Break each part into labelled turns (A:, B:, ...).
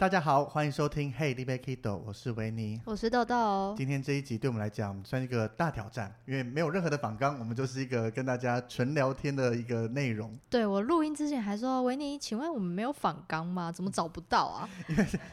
A: 大家好，欢迎收听 Hey, l i b e k i d o 我是维尼。
B: 我是豆豆，
A: 今天这一集对我们来讲算是一个大挑战，因为没有任何的反纲，我们就是一个跟大家纯聊天的一个内容。
B: 对我录音之前还说维尼，请问我们没有仿纲吗？怎么找不到啊？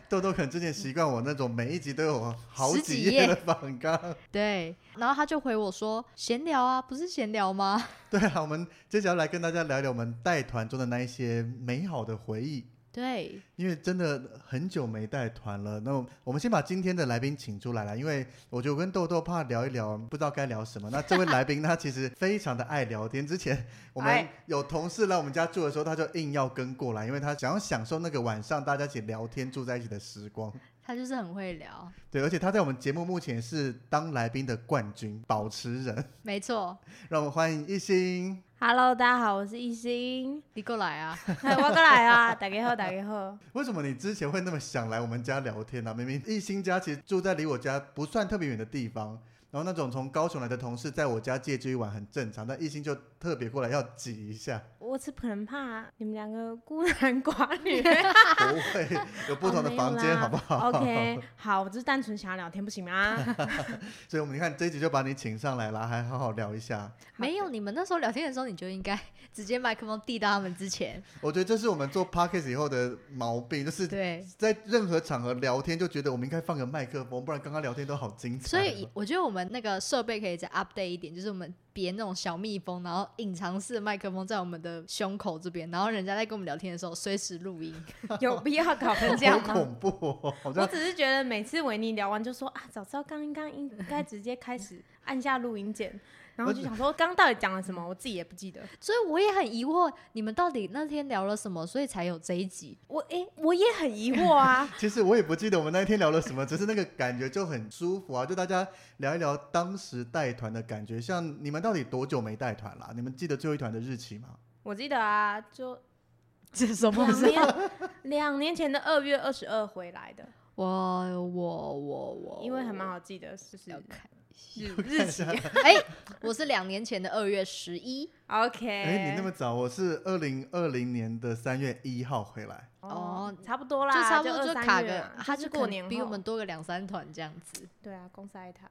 A: 豆豆可能之前习惯我那种每一集都有好
B: 十
A: 几页
B: 几页
A: 的反纲。
B: 对，然后他就回我说闲聊啊，不是闲聊吗？
A: 对啊，我们接下来跟大家聊一聊我们带团中的那一些美好的回忆。
B: 对，
A: 因为真的很久没带团了，那我我们先把今天的来宾请出来了，因为我觉得我跟豆豆怕聊一聊不知道该聊什么。那这位来宾他其实非常的爱聊天，之前我们
B: 哎
A: 有同事来我们家住的时候，他就硬要跟过来，因为他想要享受那个晚上大家一起聊天住在一起的时光。
B: 他就是很会聊，
A: 对，而且他在我们节目目前是当来宾的冠军保持人，
B: 没错，
A: 让我们欢迎一心。
C: Hello，大家好，我是艺 兴，
B: 你过来啊，
C: 嗨我过来啊，打给后，打给后，
A: 为什么你之前会那么想来我们家聊天呢、啊明明一心家其实住在离我家不算特别远的地方，然后那种从高雄来的同事在我家借住一晚很正常，但一心就特别过来要挤一 下，
C: 我是可能怕你们两个孤男寡 女，
A: 不会有不同的房间，好不好、
C: 哦没有啦？OK，好，我只是单纯想要聊天，不行 吗？
A: 所以我们你看这一集就把你请上来啦，还好好聊一下。
B: 没有，你们那时候聊天的时候，你就应该 直接麦克风递到他们之前，
A: 我觉得这是我们做 podcast 以后的毛病，就是
B: 对，
A: 在任何场合聊天就觉得我们应该放个麦克风，不然刚刚聊天都好精彩
B: 所
A: 哦。
B: 以我觉得我们那个设备可以再 update 一点，就是我们别那种小蜜蜂，然后隐藏式的麦克风在我们的胸口这边，然后人家在跟我们聊天的时候随时录音，
C: 有必要搞成这
A: 好
C: 样吗？
A: 恐怖、哦，好像，
C: 我只是觉得每次维尼聊完就说啊，早知道刚刚应该直接开始按下录音键，然后就想说刚刚到底讲了什么，我自己也不记得。
B: 所以我也很疑惑，你们到底那天聊了什么，所以才有这一集？
C: 我诶、我也很疑惑啊
A: 其实我也不记得我们那一天聊了什么，只是那个感觉就很舒服啊，就大家聊一聊当时带团的感觉。像你们到底多久没带团啊啦？你们记得最后一团的日期吗？
C: 我记得啊，就
B: 这什
C: 两年两年前的二月二十二回来的。
B: 我我我我，
C: 因为还蛮好记得，就是
B: 要看
C: 日日期。
B: 哎、我是两年前的二月十一，
C: OK，
A: 哎、你那么早，我是二零二零年的三月一号回 来。
B: 哦
C: 差不多
B: 就
C: 啦，
B: 差不多
C: 就
B: 就
C: 二三
B: 卡
C: 月
B: 个
C: 啊，
B: 他
C: 就是
B: 就
C: 过年
B: 比我
C: 后
B: 们多个两三团这样子。
C: 对啊，公司爱他。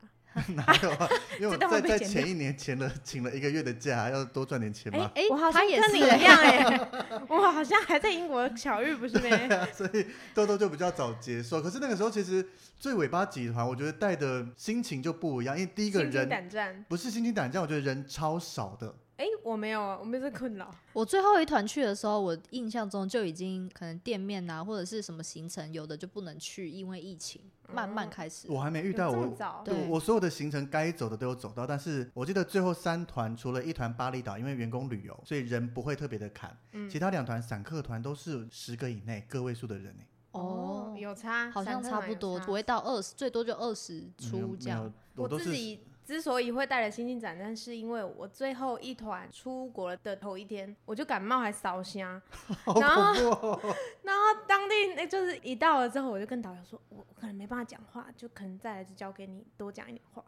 A: 哪有啊？因为我
C: 这段
A: 在
C: 会被
A: 在
C: 剪
A: 前一年请了 请了一个月的假，要多赚点钱嘛。
B: 哎、
C: 我好像
B: 他也
C: 跟
B: 是
C: 你一
B: 哎、
C: 样哎，我好像还在英国巧遇，不是 没？
A: 所以豆豆就比较早接受，可是那个时候其实最尾巴集团，我觉得带的心情就不一样，因为第一个
C: 心惊
A: 人
C: 胆战。
A: 不是心惊胆战，我觉得人超少的。
C: 哎，我没有，啊，我没有这困扰。
B: 我最后一团去的时候，我印象中就已经可能店面啊或者是什么行程有的就不能去，因为疫情慢
C: 哦
B: 慢开始。
A: 我还没遇
C: 有
A: 到
C: 这
A: 我
C: 么，早
A: 对
B: 对
A: 我所有的行程该走的都有走到，但是我记得最后三团除了一团巴厘岛，因为员工旅游，所以人不会特别的砍，
C: 嗯
A: 其他两团散客团都是十个以内个位数的人呢、
B: 哦，
C: 有差，
B: 好像
C: 散客
B: 差
C: 团
B: 不
C: 有
B: 多，
C: 差
B: 不会到二十，最多就二十
A: 没有
B: 出这，
A: 没
B: 样
A: 有。我都
C: 自
A: 是
C: 己之所以会带着心惊胆战，是因为我最后一团出国的头一天，我就感冒还 烧瞎，
A: 哦
C: 然后、然后当地那就是一到了之后，我就跟导游说，我我可能没办法讲话，就可能再来就交给你多讲一点话。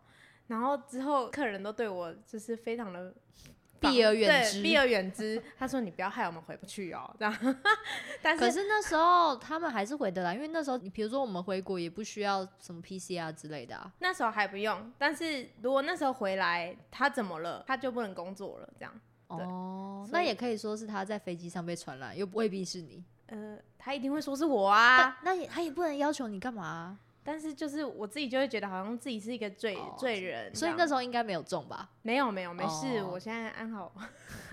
C: 然后之后客人都对我就是非常的防
B: 避而远之
C: 对避而远之。他说你不要害我们回不去哦，这样。 但
B: 可
C: 是
B: 是那时候他们还是回得来，因为那时候你比如说我们回国也不需要什么 PCR 之类的啊。
C: 那时候还不用，但是如果那时候回来他怎么了，他就不能工作了，这样。
B: 哦，
C: 所
B: 那
C: 以
B: 也可以说是他在飞机上被传染，又未必是你。
C: 呃，他一定会说是我啊。
B: 那也他也不能要求你干嘛啊、
C: 但是就是我自己就会觉得好像自己是一个罪、
B: 哦
C: 罪人这
B: 所以
C: 样，
B: 那时候应该没有中 吧？
C: 没有没有没事，
B: 哦
C: 我现在安好，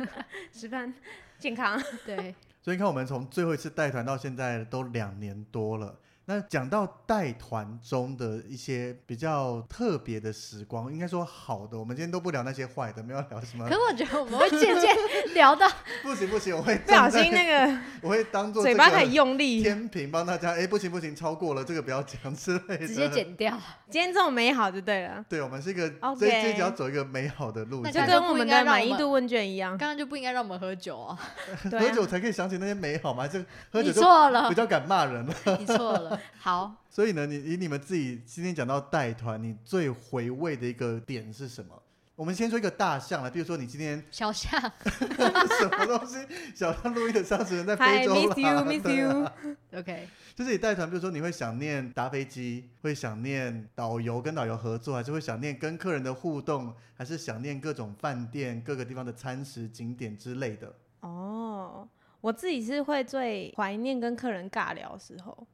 C: 吃饭健康。
B: 对，
A: 所以你看，我们从最后一次带团到现在都两年多了。那讲到带团中的一些比较特别的时光，应该说好的，我们今天都不聊那些坏的，没有聊什么
B: 可。是我觉得我们会渐渐聊 到
A: 不行不行，我会
C: 不小
A: 站在
C: 心那个
A: 我会当做
C: 嘴巴太用力，
A: 天平帮大家，哎、不行不行，超过了这个不要讲之类的。
B: 直接剪掉，啊
C: 今天这种美好就对了，
A: 对，我们是一个
C: OK
A: 这这一集要走一个美好的路
B: 那
C: 就
A: 线
B: 大，家
C: 跟
B: 不
C: 我们
B: 应该
C: 的
B: 让
C: 满
B: 我
C: 意
B: 们
C: 度问卷一样
B: 刚。刚就不应该让我们喝酒哦，
C: 对
A: 喝
C: 啊，
A: 酒才可以想起那些美好嘛，就喝酒
B: 你
A: 就
B: 错了
A: 比，较敢骂人了。
B: 你错了，好。
A: 所以呢，你以你们自己今天讲到带团，你最回味的一个点是什么？我们先说一个大象了，比如说你今天
B: 小 象，
A: 什么东西，小象路易的上次人在非
C: Hi,
A: 洲啦
C: miss you, miss
A: 对啊
C: you
B: ，OK，
A: 就是你带团，比如说你会想念搭飞机，会想念导游跟导游合作，还是会想念跟客人的互动，还是想念各种饭店、各个地方的餐食、景点之类 的。
C: 哦，我自己是会最怀念跟客人尬聊的时候，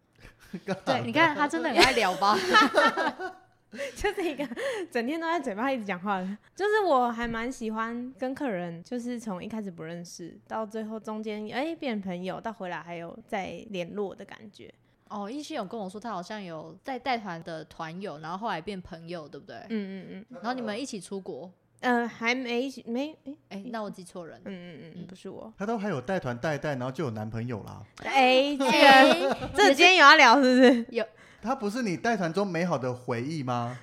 B: 对，你看他真的很爱聊吧？
C: 就是一个整天都在嘴巴一直讲话的。就是我还蛮喜欢跟客人，就是从一开始不认识，到最后中间哎、变朋友，到回来还有再联络的感觉。
B: 哦，一心有跟我说他好像有在带团的团友，然后后来变朋友，对不对？
C: 嗯嗯嗯，
B: 然后你们一起出国，
C: 呃，还没一起没哎、
B: 哎、那我记错人
C: 嗯。嗯嗯，不是 我。
A: 他都还有带团带带，然后就有男朋友啦。
C: 哎、这 个
B: 哎、
C: 这个今天有要聊是不是？
A: 他不是你带团中美好的回忆吗？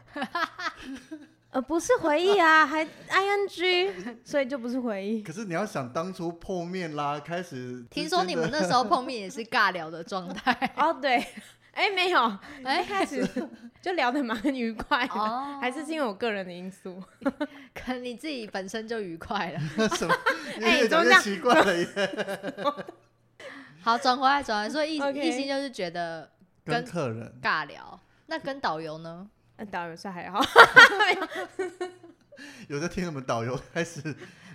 C: 呃，不是回忆啊， 还 ing，所以就不是回忆。
A: 可是你要想当初碰面啦，开始
B: 听说你们那时候碰面也是尬聊的状态，
C: 哦，对，哎、没有，
B: 哎
C: 一开 始就聊得蛮愉快的，
B: 哦
C: 还是是因为我个人的因素。
B: 可能你自己本身就愉快了。
A: 那什么，越
C: 哎怎
A: 讲
C: 么这
A: 越
C: 样
A: 奇怪了耶。
B: 好，转回来，转回来，所以一
C: OK
B: 一心就是觉得
A: 跟
B: 跟
A: 客人，
B: 尬聊。那跟导游呢？
C: 呃导游说还好，
A: 有在听我们导游开始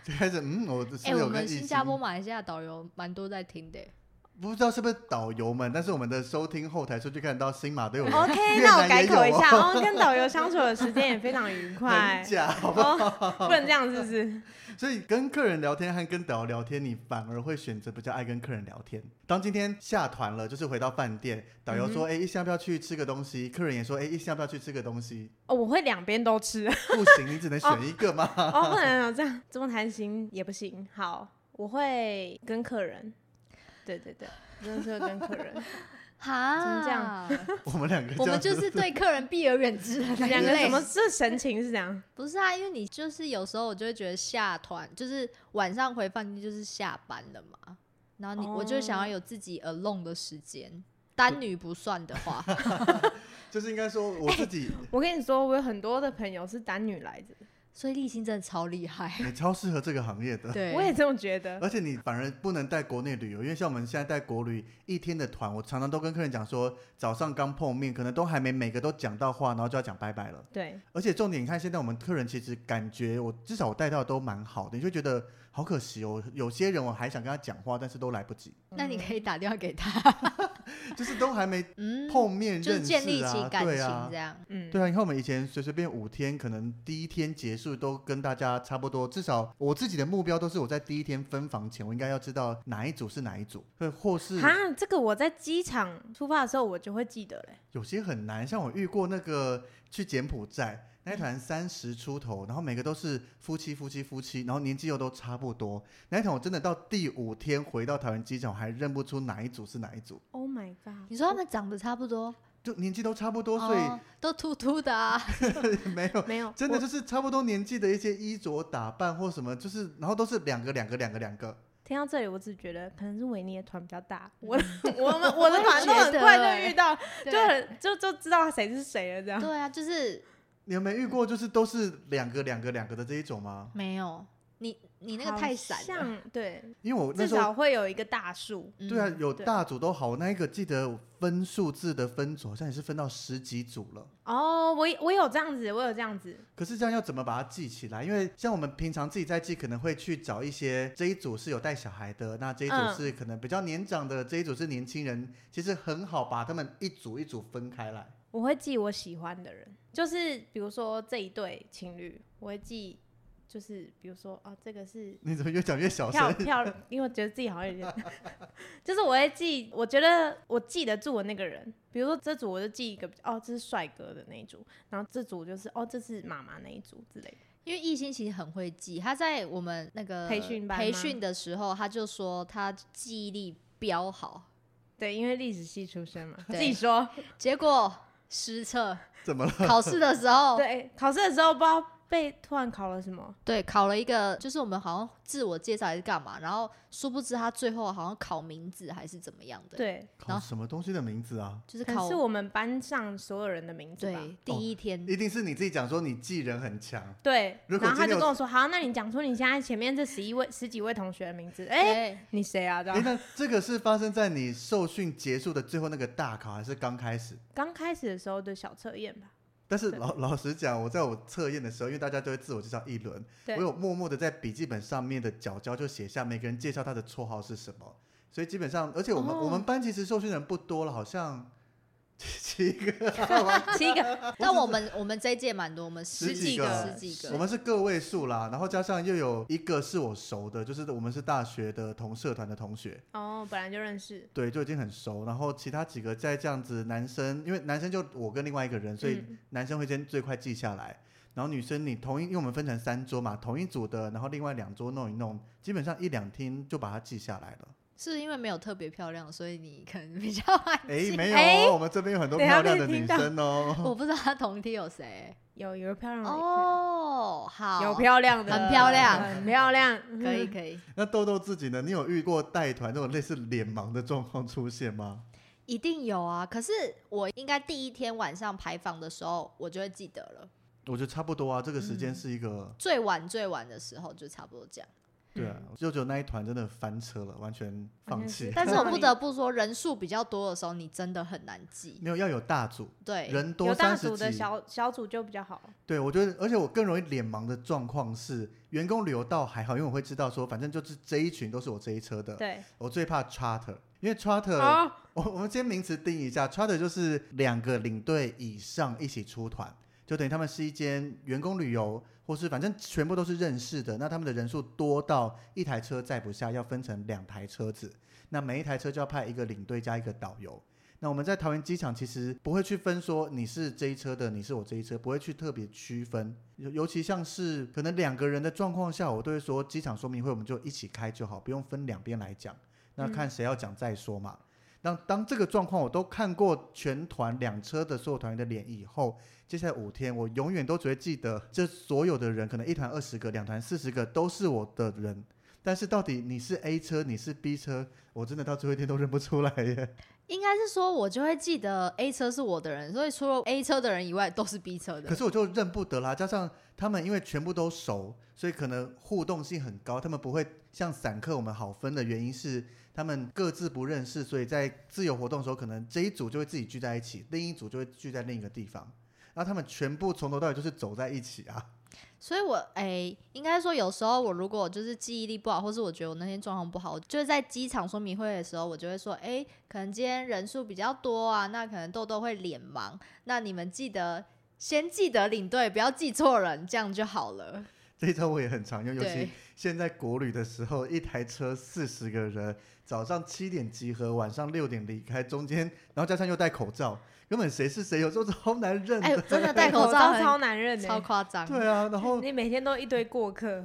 A: 就开始，嗯，我是不
B: 哎、
A: 是
B: 我
A: 有跟
B: 们
A: 异
B: 新
A: 性
B: 加坡、马来西亚导游蛮多在听的耶，
A: 不知道是不是导游们，但是我们的收听后台数据看到新马都有人
B: 哦
C: OK，
A: 越
C: 那
A: 南
C: 我改
A: 也
C: 口一
A: 有
C: 下，哦，跟导游相处的时间也非常愉快
A: 很。假，好 吧？
C: 哦，不能这样，是不是？
A: 所以跟客人聊天和跟导游聊天，你反而会选择比较爱跟客人聊天。当今天下团了，就是回到饭店，导
B: 嗯
A: 游说：“哎、一心要不要去吃个东西？”客人也说：“哎、一心要不要去吃个东 西
C: 哦，我会两边都吃。？”
A: 不行，你只能选一个嘛。
C: 哦，不能哦这样这么贪心也不行。好，我会跟客人。对对对，真的是会跟 客人。
B: 哈，
C: 怎么这
B: 样？
A: 我们两个
B: 我
A: 这
B: 们
A: 样子，
B: 就是对客人避而远之的那一
C: 两个
B: 类
C: 什么这神情是这样？
B: 不是啊，因为你就是有时候我就会觉得下团就是晚上回饭店就是下班了嘛，然后你、我就想要有自己 alone 的时间，单女不算的话，
A: 就是应该说我自己，
C: 我跟你说，我有很多的朋友是单女来着，
B: 所以立新真的超 厉害，
A: 你超适合这个行业的。
B: 对，
C: 我也这么 觉得。
A: 而且你反而不能带国内旅游，因为像我们现在带国旅一天的团，我常常都跟客人讲说，早上刚碰面，可能都还没每个都讲到话，然后就要讲拜拜了。
C: 对，
A: 而且重点，你看现在我们客人其实感觉我至少我带到的都蛮好的，你就觉得好可惜哦。有些人我还想跟他讲话，但是都来不及，
B: 那你可以打电话给他，
A: 就是都还没
B: 嗯，
A: 碰面
B: 就是
A: 认识啊，
B: 建立起感
A: 对
B: 情
A: 啊
B: 这。样，
C: 嗯，
A: 对啊，你看我们以前随随便五天，可能第一天结束都跟大家差不多，至少我自己的目标都是我在第一天分房前，我应该要知道哪一组是哪一组，或或是
C: 哈，这个我在机场出发的时候我就会记得嘞。
A: 有些很难，像我遇过那个去柬埔寨
C: 嗯
A: 那一团三十出头，然后每个都是夫妻夫妻夫妻，然后年纪又都差不多。那一团我真的到第五天回到台湾机场，我还认不出哪一组是哪一组，
C: Oh my god！
B: 你说他们长得差不多，
A: 就年纪都差不多，所以、
B: 哦都秃秃的啊，
A: 没有。
C: 没有，
A: 真的
C: 我
A: 就是差不多年纪的一些衣着打扮或什么，就是然后都是两个两个两个两个，
C: 听到这里，我只觉得可能是维尼的团比较大，我 我们嗯我的团都
B: 我也觉
C: 很
B: 得
C: 快
B: 欸
C: 就遇到，
B: 对
C: 就很就就知道谁是谁了这样。
B: 对啊，就是
A: 你有没有遇过就是都是两个两个两个的这一种吗？
B: 没有，你你那个太闪了，
C: 像对，
A: 因为我那
C: 至
A: 时候
C: 少会有一个大树。
B: 嗯
A: 对啊，有
C: 对
A: 大组都好，我那一个记得分数字的分组好像也是分到十几组了。
C: 哦，我我有这样子，我有这样子，
A: 可是这样要怎么把它记起来？因为像我们平常自己在记，可能会去找一些这一组是有带小孩的，那这一组
C: 嗯
A: 是可能比较年长的，这一组是年轻人，其实很好把他们一组一组分开来。
C: 我会记我喜欢的人，就是比如说这一对情侣，我会记，就是比如说哦，这个是
A: 你怎么越讲越小
C: 漂
A: 声？
C: 漂 亮，因为我觉得自己好像有点， 就是我会记，我觉得我记得住的那个人，比如说这组我就记一个，哦，这是帅哥的那一组，然后这组就是哦，这是妈妈那一组之类的。
B: 因为艺兴其实很会记，他在我们那个
C: 培训班吗
B: 培训的时候，他就说他记忆力飙好，
C: 对，因为历史系出身嘛，自
B: 对
C: 己说。
B: 结果失策，
A: 怎么了？
B: 考试的时 候，
C: 对，考试的时候不知道被突然考了什么，
B: 对考了一个，就是我们好像自我介绍还是干嘛，然后殊不知他最后好像考名字还是怎么样的，，
C: 对，
A: 考什么东西的名字啊？
B: 就是
C: 可能
B: 考
C: 是我们班上所有人的名字吧。
B: 对第一天，
A: 一定是你自己讲说你记人很强，
C: 对，
A: 如果
C: 然后他
A: 今天
C: 就
A: 有
C: 跟我说：“好，那你讲出你现在前面这十一位、十几位同学的名字。哎、
B: 对
C: 你谁啊？这
A: 哎，
C: 样
A: 那这个是发生在你受训结束的最后那个大考，还是刚开始？
C: 刚开始的时候的小测验吧。
A: 但是
C: 对
A: 老老实讲，我在我测验的时候，因为大家都会自我介绍一轮，我
C: 对
A: 有默默的在笔记本上面的角角就写下每个人介绍他的绰号是什么。所以基本上，而且
B: 哦
A: 我们、我们班其实受训人不多了，好像七个，
C: 七个，
B: 但我们我们这一届蛮多，我们
A: 十
B: 十
A: 几
B: 个
A: 个
B: 十几
A: 我
B: 个，
A: 们是个位数啦。然后加上又有一个是我熟的，就是我们是大学的同社团的同学，
C: 哦，本来就认识。
A: 对，就已经很熟。然后其他几个在这样子，男生因为男生就我跟另外一个人，所以
C: 嗯
A: 男生会先最快记下来。然后女生你同一，因为我们分成三桌嘛，同一组的，然后另外两桌弄一弄，基本上一两天就把它记下来了。
B: 是因为没有特别漂亮，所以你可能比较晚
A: 哎，
B: 记
A: 没有
C: 哎
A: 哦，我们这边有很多
C: 等一下
A: 漂亮
C: 被
A: 的女
C: 听到
A: 生哦。
B: 我不知道他同梯有谁
C: 有有漂亮的，
B: 哦，好，
C: 嗯有漂亮的，
B: 很漂亮
C: 很漂亮，
B: 可以
C: 嗯。
B: 可以，
A: 那豆豆自己呢？你有遇过带团这种类似脸盲的状况出现吗？
B: 一定有啊。可是我应该第一天晚上排房的时候，我就会记得了，
A: 我觉得差不多啊，这个时间
B: 嗯
A: 是一个，
B: 最晚最晚的时候就差不多这样。
A: 对啊，舅舅那一团真的翻车了，完全放
C: 嗯全
A: 弃
C: 是。
B: 但是我不得不说，人数比较多的时候，你真的很难记。
A: 没有要有大组，
B: 对，
A: 人多
C: 有大
A: 三十
C: 组
A: 几，
C: 的小小组就比较好。
A: 对我觉得，而且我更容易脸盲的状况是，员工旅游倒还好，因为我会知道说，反正就是这一群都是我这一车的。
C: 对，
A: 我最怕 charter，因为 charter，、
C: 哦，
A: 我我们先名词定义一下，charter 就是两个领队以上一起出团，就等于他们是一间员工旅游，或是反正全部都是认识的，那他们的人数多到一台车载不下，要分成两台车子，那每一台车就要派一个领队加一个导游。那我们在桃园机场其实不会去分说你是这一车的，你是我这一车，不会去特别区分。尤尤其像是可能两个人的状况下，我都会说机场说明会我们就一起开就好，不用分两边来讲。那看谁要讲再说嘛。当当这个状况我都看过全团两车的所有团员的脸以后，接下来五天我永远都只会记得这所有的人，可能一团二十个，两团四十个都是我的人。但是到底你是 A 车，你是 B 车，我真的到最后一天都认不出来耶。
B: 应该是说，我就会记得 A 车是我的人，所以除了 A 车的人以外，都是 B 车
A: 可
B: 的。
A: 是我就认不得啦，加上他们因为全部都熟，所以可能互动性很高。他们不会像散客我们好分的原因是他们各自不认识，所以在自由活动的时候，可能这一组就会自己聚在一起，另一组就会聚在另一个地方。然后他们全部从头到尾就是走在一起啊，
B: 所以我诶、应该说有时候我如果就是记忆力不好，或是我觉得我那天状况不好，我就是在机场说明会的时候，我就会说，诶、可能今天人数比较多啊，那可能豆豆会脸盲，那你们记得先记得领队，不要记错人，这样就好了。
A: 这一招我也很常用，尤其
B: 对
A: 现在国旅的时候，一台车四十个人，早上七点集合，晚上六点离开，中间然后加上又戴口罩，根本谁是谁，有时候超难认的。
B: 哎、真的戴
C: 口
B: 口罩很
C: 超难认的、
B: 超夸 张。
A: 对啊，然后
C: 你每天都一堆过客。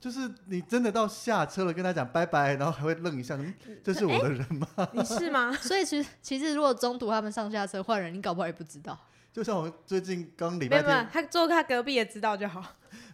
A: 就是你真的到下车了，跟他讲拜拜，然后还会愣一下，嗯这是我的人吗？
C: 你是吗？
B: 所以其实其实如果中途他们上下车换人，你搞不好也不知道。
A: 就像我最近刚礼
C: 没
A: 拜
C: 有没有
A: 天，，
C: 他坐他隔壁也知道就好。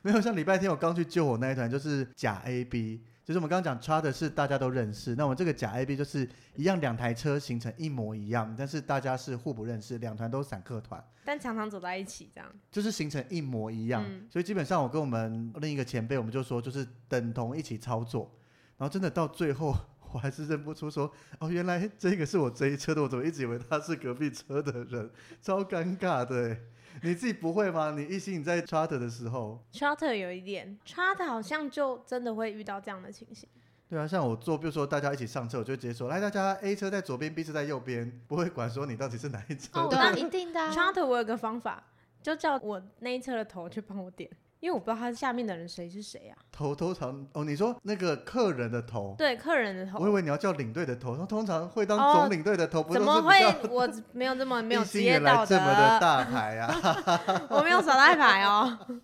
A: 没有像礼拜天我刚去救我那一团，就是假 A B，就是我们刚刚讲差的是大家都认识，那我们这个甲 A B 就是一样，两台车形成一模一样，但是大家是互不认识，两团都散客团，
C: 但常常走在一起这样。
A: 就是形成一模一样。
C: 嗯
A: 所以基本上我跟我们另一个前辈，我们就说就是等同一起操作，然后真的到最后。我还是认不出说，哦，原来这个是我这一车的，我怎么一直以为他是隔壁车的人， 超尴尬的欸。你自己不会吗？你一心你在 charter 的时候，
C: Charter 有一点，Charter 好像就真的会遇到这样的情形。
A: 对啊，像我坐，比如说大家一起上车，我就直接说，来，大家 A 车在左边，B 车在右边，不会管说你到底是哪一车。
C: 哦
B: 对
C: 我
B: 啊，
C: 当
B: 一定的啊、
C: Charter 我有个方法，就叫我那一车的头去帮我点，因为我不知道他下面的人谁是谁啊。
A: 头通常哦，你说那个客人的头，
C: 对，客人的
A: 哦我以
C: 头。
A: 为你要叫领队的头，那通常会当
C: 哦
A: 总领队的头，不
C: 怎
A: 都
C: 么
A: 是比较
C: 会？我没有这 么没有
A: 一
C: 职
A: 心
C: 业
A: 原来
C: 道
A: 这
C: 德，
A: 么的大牌啊？
C: 我没有耍赖牌哦。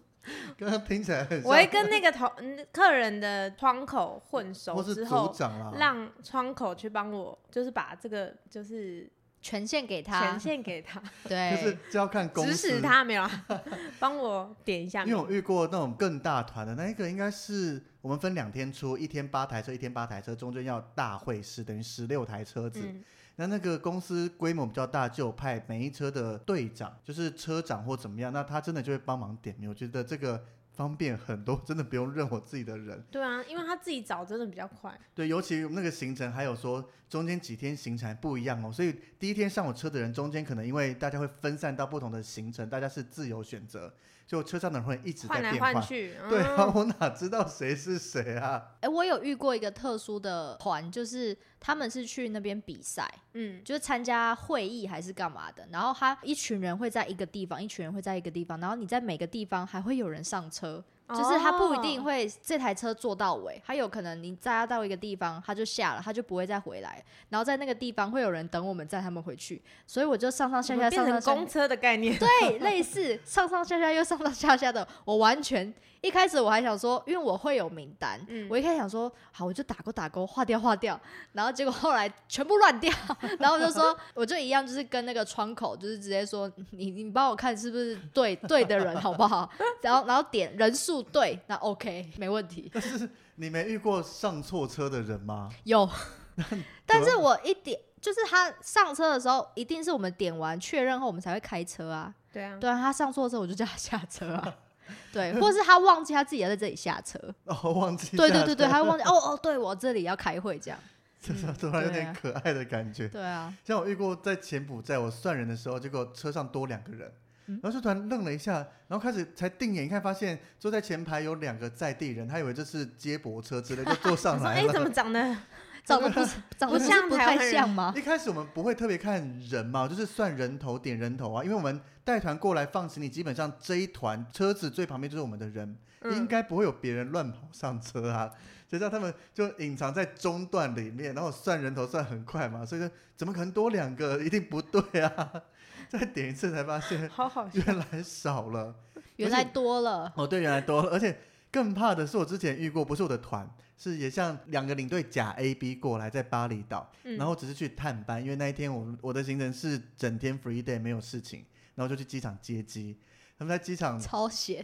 A: 刚刚听起来很像，
C: 我会跟那个头嗯客人的窗口混熟
A: 或是
C: 之
A: 组
C: 后，
A: 长啊啦，
C: 让窗口去帮我，就是把这个就是
B: 权限给他
C: 权，限给他，
A: 就
B: 对，
A: 是就要看 公
C: 哎指使
A: 司。
C: 他没有啊， 帮我点一下
A: 因为。我遇过那种更大团的，那一个应该是我们分两天出，一天八台车，一天八台车，中间要大会师，等于十六台车子。
C: 嗯，
A: 那那个公司规模比较大，就有派每一车的队长，就是车长或怎么样，那他真的就会帮忙点名。我觉得这个方便很多，真的不用认我自己的人。
C: 对啊，因为他自己找真的比较快，
A: 对，尤其那个行程，还有说中间几天行程还不一样哦，所以第一天上我车的人，中间可能因为大家会分散到不同的行程，大家是自由选择，就车上的人会一直在
C: 换来
A: 变
C: 换
A: 换。
C: 去。嗯、
A: 对啊，我哪知道谁是谁啊？
B: 哎、我有遇过一个特殊的团，就是他们是去那边比赛，
C: 嗯，
B: 就是参加会议还是干嘛的。然后他一群人会在一个地方，一群人会在一个地方，然后你在每个地方还会有人上车，
C: 哦
B: 就是他不一定
C: 会。
B: 会这台车坐到尾，他有可能你载他到一个地方，他就下了，他就不会再回来。然后在那个地方会有人等我们载他们回去，所以我就上上下
C: 哦我们
B: 下上
C: 变
B: 上
C: 成
B: 下下
C: 公车的概念，
B: 对，类似上上下下又上上下下的，我完全一开始我还想说，因为我会有名单，
C: 嗯
B: 我一开始想说好，我就打勾打勾，划掉划掉，然后结果后来全部乱掉， 然后我就说，我就一样就是跟那个窗口，就是直接说你你帮我看是不是对对的人好不好， 然后然后点人数对，那 OK 没问题，
A: 你没遇过上错车的人吗？
B: 有，但是我一点。就是他上车的时候，一定是我们点完确认后，我们才会开车啊。
C: 对啊，
B: 对啊，他上错车我就叫他下车啊， 对，或是他忘记他自己要在这里下车，
A: 哦，忘记
B: 对对
A: 下车
B: 对对，他会 忘记哦哦，对我这里要开会这样，
A: 这突然有
B: 对
A: 点
B: 啊
A: 可爱的感觉。
B: 对 啊，
A: 像我遇过在柬埔寨，我算人的时候，结果车上多两个人，
C: 嗯
A: 然后就突然愣了一下，然后开始才定眼一看，发现坐在前排有两个在地人，他以为这是接驳车之类，就坐
C: 我
A: 上
C: 说
A: 来
C: 哎，
A: 了。
C: 怎么长得
B: 长得不是长得
C: 不
B: 是
C: 像
B: 不
C: 台
B: 太
C: 湾人
B: 像吗？
A: 一开始我们不会特别看人嘛，就是算人头点人头啊，因为我们带团过来放行李，基本上这一团车子最旁边就是我们的人，应
C: 嗯，
A: 该不会有别人乱跑上车啊。就让他们就隐藏在中段里面，然后算人头算很快嘛，所以说怎么可能多两个？一定不对啊！再点一次才发现
C: 好 好笑，
A: 原来少了，
B: 原来多了，
A: 哦对，原来多了，而且更怕的是我之前遇过，不是我的团，是也像两个领队甲 A B 过来在巴厘岛，
C: 嗯
A: 然后只是去探班，因为那一天我我的行程是整天 free day 没有事情，然后就去机场接机，他们在机场
B: 超闲，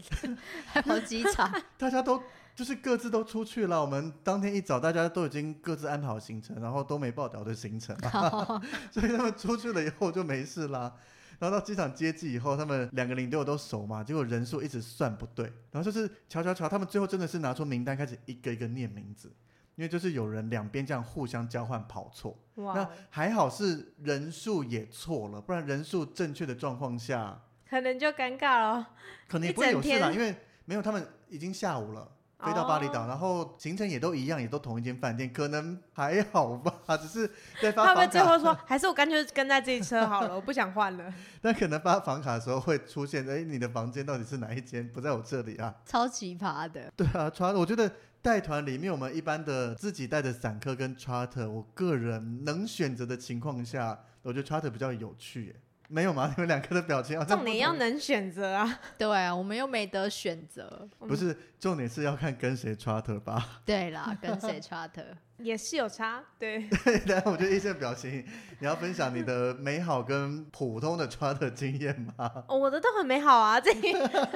B: 还跑机场，
A: 大家都就是各自都出去了。我们当天一早，大家都已经各自安排好行程，然后都没报道的行程， 所以他们出去了以后就没事啦。然后到机场接机以后，他们两个领队我都熟嘛，结果人数一直算不对，然后就是瞧瞧瞧，他们最后真的是拿出名单开始一个一个念名字，因为就是有人两边这样互相交换跑错。那
C: 哇，哦
A: 还好是人数也错了，不然人数正确的状况下，
C: 可能就尴尬了。
A: 可能也
C: 一
A: 不会有
C: 整
A: 事啦，
C: 天
A: 因为没有他们已经下午了。飞到巴厘岛，
C: 哦，
A: 然后行程也都一样，也都同一间饭店，可能还好吧，只是 在发
C: 他
A: 房
C: 们最
A: 卡，
C: 后说，还是我干脆跟在这一车好了，我不 想换 了。
A: 但可能发房卡的时候会出现，哎，你的房间到底是哪一间？不在我这里啊。
B: 超奇葩的，
A: 对啊，穿我觉得带团里面我们一般的自己带的散客跟 charter，我个人能选择的情况下，我觉得 charter 比较有趣耶。没有吗？你们两个的表情好像
C: 重
A: 不
C: 点要
A: 同
C: 能选择啊，
B: 对啊，我们又没得选择，
C: 我
A: 不
C: 们
A: 是重点是要看跟谁 charter 吧。
B: 对啦，跟谁 charter，
C: 也是有差，对，
A: 然啊后我觉得一些表情，你要分享你的美好跟普通的抓的经验吗？
C: 哦我的都很美好啊，这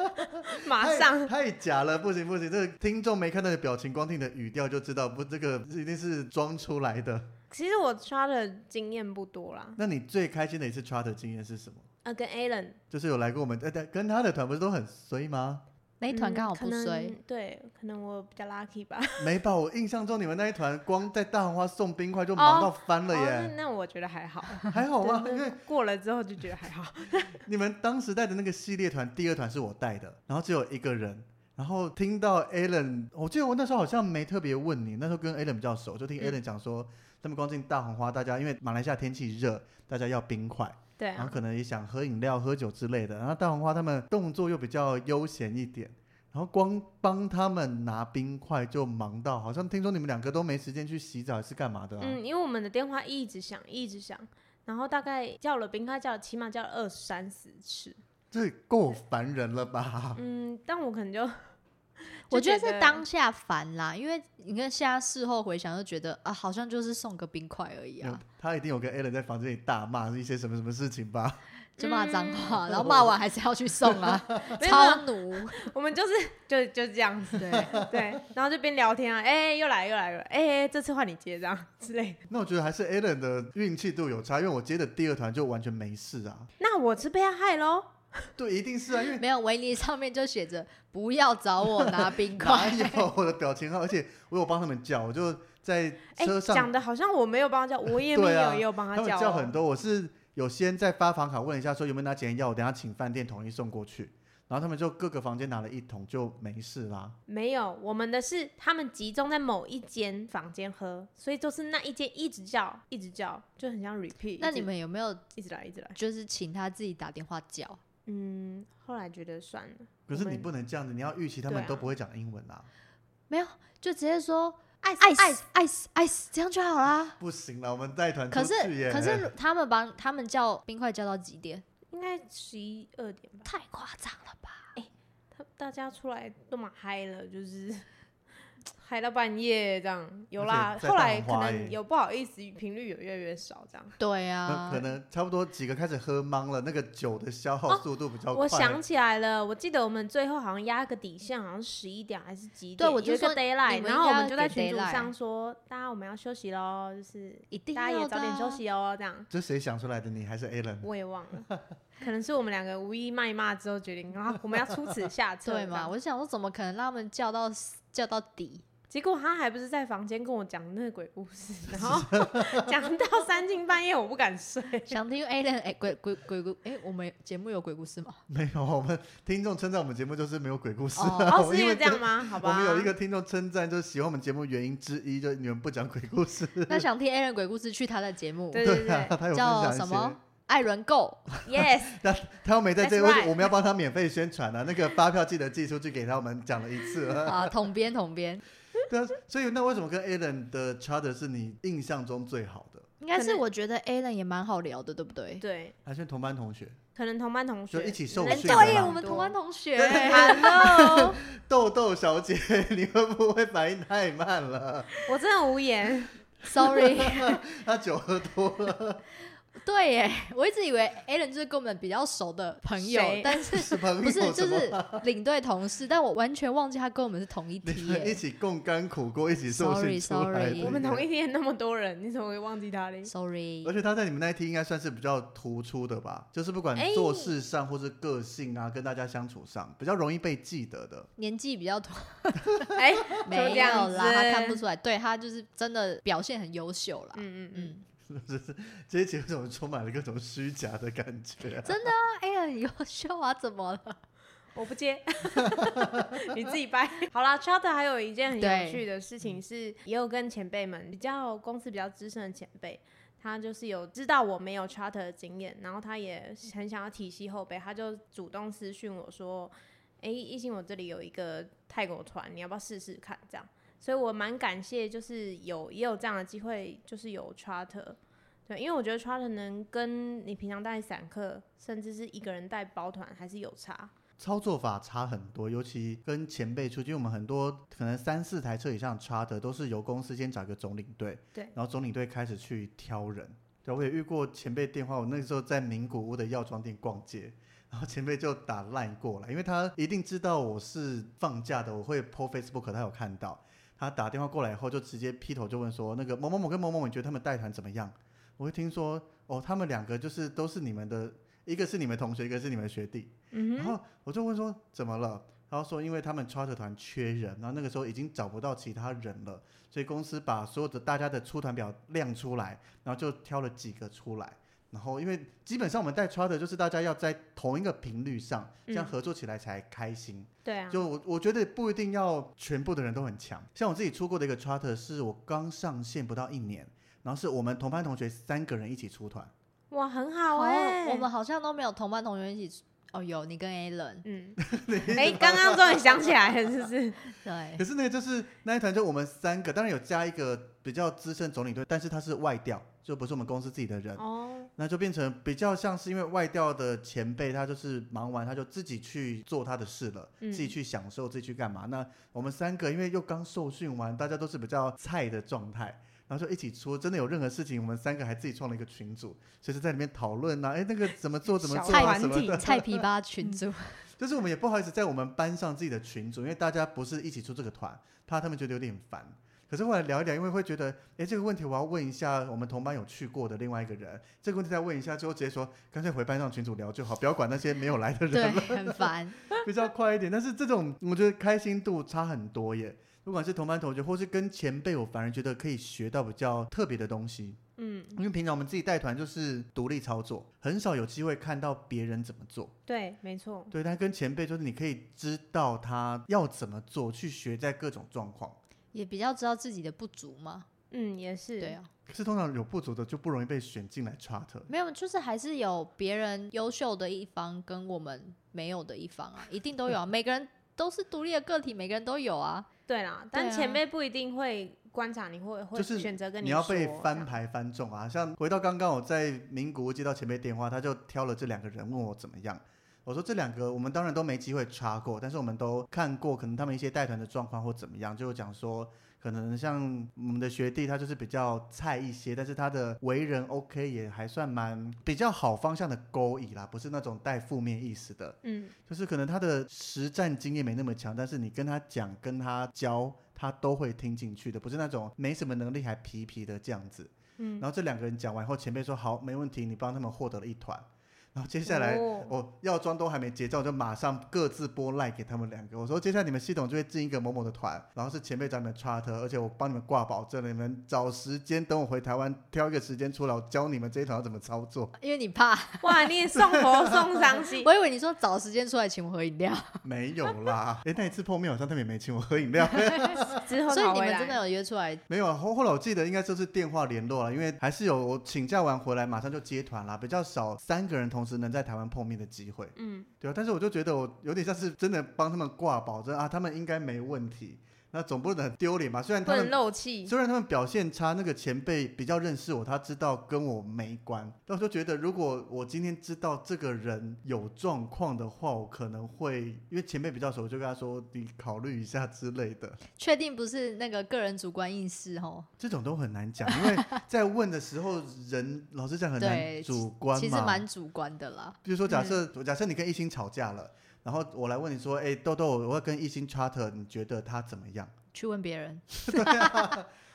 C: 马上
A: 太太假了，不行不行，这个听众没看到你的表情，光听你的语调就知道，不，这个一定是装出来的。
C: 其实我刷的经验不多啦，
A: 那你最开心的一次 chart 经验是什么？
C: 呃，跟 Alan
A: 就是有来过我们，呃，对跟他的团不是都很衰吗？
B: 那一团
C: 嗯
B: 刚好
C: 可
B: 不
C: 能
B: 衰，
C: 对，可能我比较 lucky 吧。
A: 没吧？我印象中你们那一团光在大红花送冰块就忙到翻了
C: 哦，那
A: 耶，
C: 那我觉得还好，
A: 还 好啊吗？
C: 对
A: 因
C: 对
A: 为
C: 过了之后就觉得还 好。
A: 你们当时带的那个系列团，第二团是我带的，然后只有一个人。然后听到 Alan，我记得我那时候好像没特别问你，那时候跟 Alan 比较熟，就
C: 嗯
A: 听 Alan 讲说，他们光进大红花，大家因为马来西亚天气热，大家要冰块，
C: 对
A: 然后
C: 啊，
A: 可能也想喝饮料、喝酒之类的。然后大红花他们动作又比较悠闲一点，然后光帮他们拿冰块就忙到，好像听说你们两个都没时间去洗澡，还是干嘛的、啊？
C: 嗯，因为我们的电话一直响，一直响，然后大概叫了冰块，叫了起码叫了二三十次。
A: 这够烦人了吧？
C: 嗯，但我可能就
B: 我
C: 就
B: 觉得
C: 觉
B: 是
C: 得
B: 当下烦啦，因为你看现在事后回想就觉得啊，好像就是送个冰块而已啊，
A: 嗯他一定有跟 Alan 在房间里大骂一些什么什么事情吧？
B: 就骂脏话，然后骂完还是要去送啊，
C: 没有
B: 超奴。
C: 我们就是就就这样子，
B: 对，
C: 对，然后就边聊天啊，哎、又来又来了，哎、这次换你接这样之类的。
A: 那我觉得还是 Alan 的运气度有差，因为我接的第二团就完全没事啊。
C: 那我是被他害喽，
A: 对，一定是啊，因为
B: 没有维尼上面就写着不要找我拿冰
A: 哪
B: 块，
A: 有我的表情号，而且我有帮他们叫，我就在
C: 哎、
A: 车上
C: 讲的好像我没有帮他叫，我也没
A: 对
C: 有，
A: 啊
C: 也有帮
A: 他们
C: 叫哦，
A: 叫很多，我是有先在发房卡问一下，说有没有拿几件药，我等下请饭店统一送过去。然后他们就各个房间拿了一桶，就没事啦。
C: 没有，我们的是他们集中在某一间房间喝，所以就是那一间一直叫，一直叫，就很像 repeat 一直。
B: 那你们有没有
C: 一直来，一直来。
B: 就是请他自己打电话叫？
C: 嗯，后来觉得算了。
A: 可是
C: 我
A: 你
C: 们
A: 不能这样子，你要预期他们
C: 对啊
A: 都不会讲英文啦，
B: 没有，就直接说
C: ice
B: ice ice ice 这样就好啦。
A: 不行啦，我们带团出
B: 可是
A: 去耶。
B: 可是他们帮他们叫冰块叫到几点？
C: 应该十一二点吧，
B: 太夸张了吧！
C: 他大家出来都蛮嗨了，就是 嗨到半夜这样。有啦
A: 而，且在
C: 后来
A: 放
C: 可
A: 花
C: 能
A: 耶
C: 有不好意思，频率有越来越少这样。
B: 对
A: 那
B: 啊
A: 可，能差不多几个开始喝懵了，那个酒的消耗速度比较快。
C: 哦
A: 哦
C: 我想起来了，我记得我们最后好像压个底线，好像十一点还是几点？
B: 对我就
C: 有一个
B: 说
C: d a y l
B: 你
C: i
B: 们
C: g h t 然后我
B: 应该
C: 们就在
B: 给
C: 群组
B: daylight
C: 上说，大家我们要休息喽，就是
B: 一定
C: 大家
B: 要
C: 也
B: 的
C: 早点休
B: 啊。
C: 息哦，这样。
A: 这谁想出来的？你还是 Alan？
C: 我也忘了，可能是我们两个无意骂一骂之后决定，然后我们要出此下 策，
B: 对
C: 这样
B: 嘛？我想说，怎么可能让他们叫到叫到底？
C: 结果他还不是在房间跟我讲那个鬼故 事，然后讲到三更半夜，我不 敢睡。
B: 想听 Alan 哎、鬼鬼鬼故哎、我们节目有鬼故事吗？
A: 没有，我们听众称赞我们节目就是没有鬼故事、
B: 哦
A: 啊。
C: 哦，
A: 我
C: 是因为
A: 为
C: 这样吗？好
A: 我
C: 吧，
A: 们有一个听众称赞，就是喜欢我们节目原因之一，就是你们不讲鬼故事。
B: 那想听 Alan 鬼故事，去他的节目
C: 对对
A: 啊
C: 对
A: 他有分
B: 叫
A: 享一
B: 什
A: 些。
B: 么？艾伦 Go，
C: ，yes，
A: 他又没在这
C: That's
A: 里，我
C: right
A: 我们要帮他免费宣传啊。那个发票记得寄出去给他，我们讲了一次 了。
B: 啊，统编统编，
A: 对啊，所以那为什么跟 Alan 的 charter 是你印象中最好的？
B: 应该
C: 可
B: 是
C: 能
B: 我觉得 Alan 也蛮好聊的，对不对？
C: 对，
A: 还是同班同学？
C: 可能同班同学
A: 就一起受
C: 人
A: 训
C: 多
A: 的
C: 也
A: 啦
B: 我们同班
C: 同
B: 同学，
C: ，Hello，
A: 豆豆小姐，你会不会反应太慢了？
C: 我真的无言。
B: Sorry，
A: 他酒喝多了，
B: 对耶，我一直以为 Alan 就是跟我们比较熟的朋友
C: 谁，
B: 但是
A: 是朋友
B: 不是
A: 什
B: 就
A: 么
B: 是领队同事，但我完全忘记他跟我们是同一
A: 你
B: 梯
A: 们一
B: 耶。
A: 起共甘苦锅，一起受训出
B: Sorry，
A: 来
B: sorry
A: 的。
C: 我们同一天那么多人，你怎么会忘记他嘞？
B: Sorry，
A: 而且他在你们那一梯应该算是比较突出的吧，就是不管
C: 哎
A: 做事上或是个性啊，跟大家相处上比较容易被记得的。
B: 年纪比 较多，
C: 哎，
B: 没
C: 就这样
B: 有啦，他
C: 子
B: 看不出来，对他就是真的表现很优秀啦。
C: 嗯嗯嗯，
B: 嗯，
A: 这一集为什么充满了各种虚假的感觉啊、
B: 真的啊，Alan 很优秀啊，怎么了？
C: 我不接，你自己掰。好啦 c h a r t e r 还有一件很
B: 对
C: 有趣的事情是，也有跟前辈们比较公司比较资深的前辈，他就是有知道我没有 charter 的经验，然后他也很想要体系后辈，他就主动私讯我说：“哎、一心，我这里有一个泰国团，你要不要试试看？”这样，所以我蛮感谢，就是有也有这样的机会，就是有 charter。对，因为我觉得 charter 能跟你平常带散客，甚至是一个人带包团还是有差。
A: 操作法差很多，尤其跟前辈出去，因为我们很多可能三四台车以上差的，都是由公司先找一个总领队，
C: 对
A: 然后总领队开始去挑人。对，我也遇过前辈电话，我那时候在名古屋的药妆店逛街，然后前辈就打 line 过来，因为他一定知道我是放假的，我会 po Facebook，他有看到。他打电话过来以后，就直接劈头就问说：“那个某某某跟某某某，你觉得他们带团怎么样？”我一听说，哦，他们两个就是都是你们的，一个是你们同学，一个是你们学弟。
C: 嗯
A: 然
C: 哼，
A: 后我就问说怎么了？然后说因为他们 charter 团缺人，然后那个时候已经找不到其他人了，所以公司把所有的大家的出团表亮出来，然后就挑了几个出来。然后因为基本上我们带 charter 就是大家要在同一个频率上，这样
C: 嗯
A: 合作起来才开心。
C: 对啊，
A: 就我我觉得不一定要全部的人都很强，像我自己出过的一个 charter 是我刚上线不到一年，然后是我们同班同学三个人一起出团。
C: 哇，很好
B: 好啊
C: 哎、
B: 我们好像都没有同班同学一起出。哦，有你跟 A 人，
C: 嗯，哎、刚刚终于想起来了，是不是？
B: 对
A: 可是那个就是那一团就我们三个，当然有加一个比较资深总领队，但是他是外调，就不是我们公司自己的人，
C: 哦，
A: 那就变成比较像是因为外调的前辈，他就是忙完他就自己去做他的事了，
C: 嗯
A: 自己去享受，自己去干嘛。那我们三个因为又刚受训完，大家都是比较菜的状态。然后就一起出，真的有任何事情，我们三个还自己创了一个群组，所以是在里面讨论呐、啊，哎，那个怎么做怎么做、
C: 小
A: 啊，
C: 团
A: 什么
C: 体
A: 的，
B: 菜皮吧群主，
A: 就是我们也不好意思在我们班上自己的群组，因为大家不是一起出这个团，怕他们觉得有点烦。可是后来聊一聊，因为会觉得，哎，这个问题我要问一下我们同班有去过的另外一个人，这个问题再问一下之后，直接说干脆回班上群组聊就好，不要管那些没有来的
B: 对，
A: 人了，
B: 很烦。
A: 比较快一点。但是这种我觉得开心度差很多耶，不管是同班同学或是跟前辈，我反而觉得可以学到比较特别的东西。
C: 嗯，
A: 因为平常我们自己带团就是独立操作，很少有机会看到别人怎么做。
C: 对，没错，
A: 对，但跟前辈就是你可以知道他要怎么做，去学在各种状况。
B: 也比较知道自己的不足嘛。
C: 嗯，也是，
B: 对啊，
A: 可是通常有不足的就不容易被选进来 charter。
B: 没有，就是还是有别人优秀的一方跟我们没有的一方啊，一定都有啊。每个人都是独立的个体，每个人都有啊。
C: 对啦，
B: 对
C: 但
B: 啊
C: 前辈不一定会观察你，会会
A: 就是
C: 选择跟
A: 你要
C: 说。
A: 被
C: 这
A: 翻
C: 样，
A: 牌翻中啊！像回到刚刚我在名古屋接到前辈电话，他就挑了这两个人问我怎么样。我说这两个我们当然都没机会查过，但是我们都看过可能他们一些带团的状况或怎么样，就讲说可能像我们的学弟他就是比较菜一些，但是他的为人 OK 也还算蛮比较好方向的勾引啦，不是那种带负面意思的。
C: 嗯，
A: 就是可能他的实战经验没那么强，但是你跟他讲、跟他教，他都会听进去的，不是那种没什么能力还皮皮的这样子。
C: 嗯
A: 然后这两个人讲完后，前辈说好，没问题，你帮他们获得了一团。 然后接下来
C: 哦
A: 哦，药妆都还没结账，就马上各自拨赖给他们两个。我说，接下来你们系统就会进一个某某的团，然后是前辈找你们 charter，而且我帮你们挂保证了，你们找时间，等我回台湾挑一个时间出来，我教你们这一团要怎么操作。
B: 因为你怕，
C: 哇，你也送佛送 伤心，
B: 我以为你说找时间出来请我喝饮料，
A: 没有 啦，诶，那一次碰面好像他们也没请我喝饮料。
C: 之后
B: 所以
C: 才
B: 你
C: 回
B: 们
C: 来
B: 真的有约出来。
A: 没有啊，后后来我记得应该就是电话联络了，因为还是有我请假完回来马上就接团啦，比较少三个人同时能在台湾碰面的机会，
C: 嗯，
A: 对啊，但是我就觉得我有点像是真的帮他们挂保证啊，他们应该没问题，那总不能很丢脸吧？虽然
C: 不
A: 他
C: 能
A: 们
C: 漏气，
A: 虽然他们表现差，那个前辈比较认识我，他知道跟我没关，但我就觉得如果我今天知道这个人有状况的话，我可能会因为前辈比较熟，我就跟他说你考虑一下之类的。
B: 确定不是那个个人主观意识哦，
A: 这种都很难讲，因 为在问的时候，人老实讲很难
B: 对
A: 主观嘛。
B: 其实蛮嗯主观的啦。
A: 比如说假设、假设你跟一心吵架了，然后我来问你说，哎、豆豆，我要跟一心 charter，你觉得他怎么样？
B: 去问别人，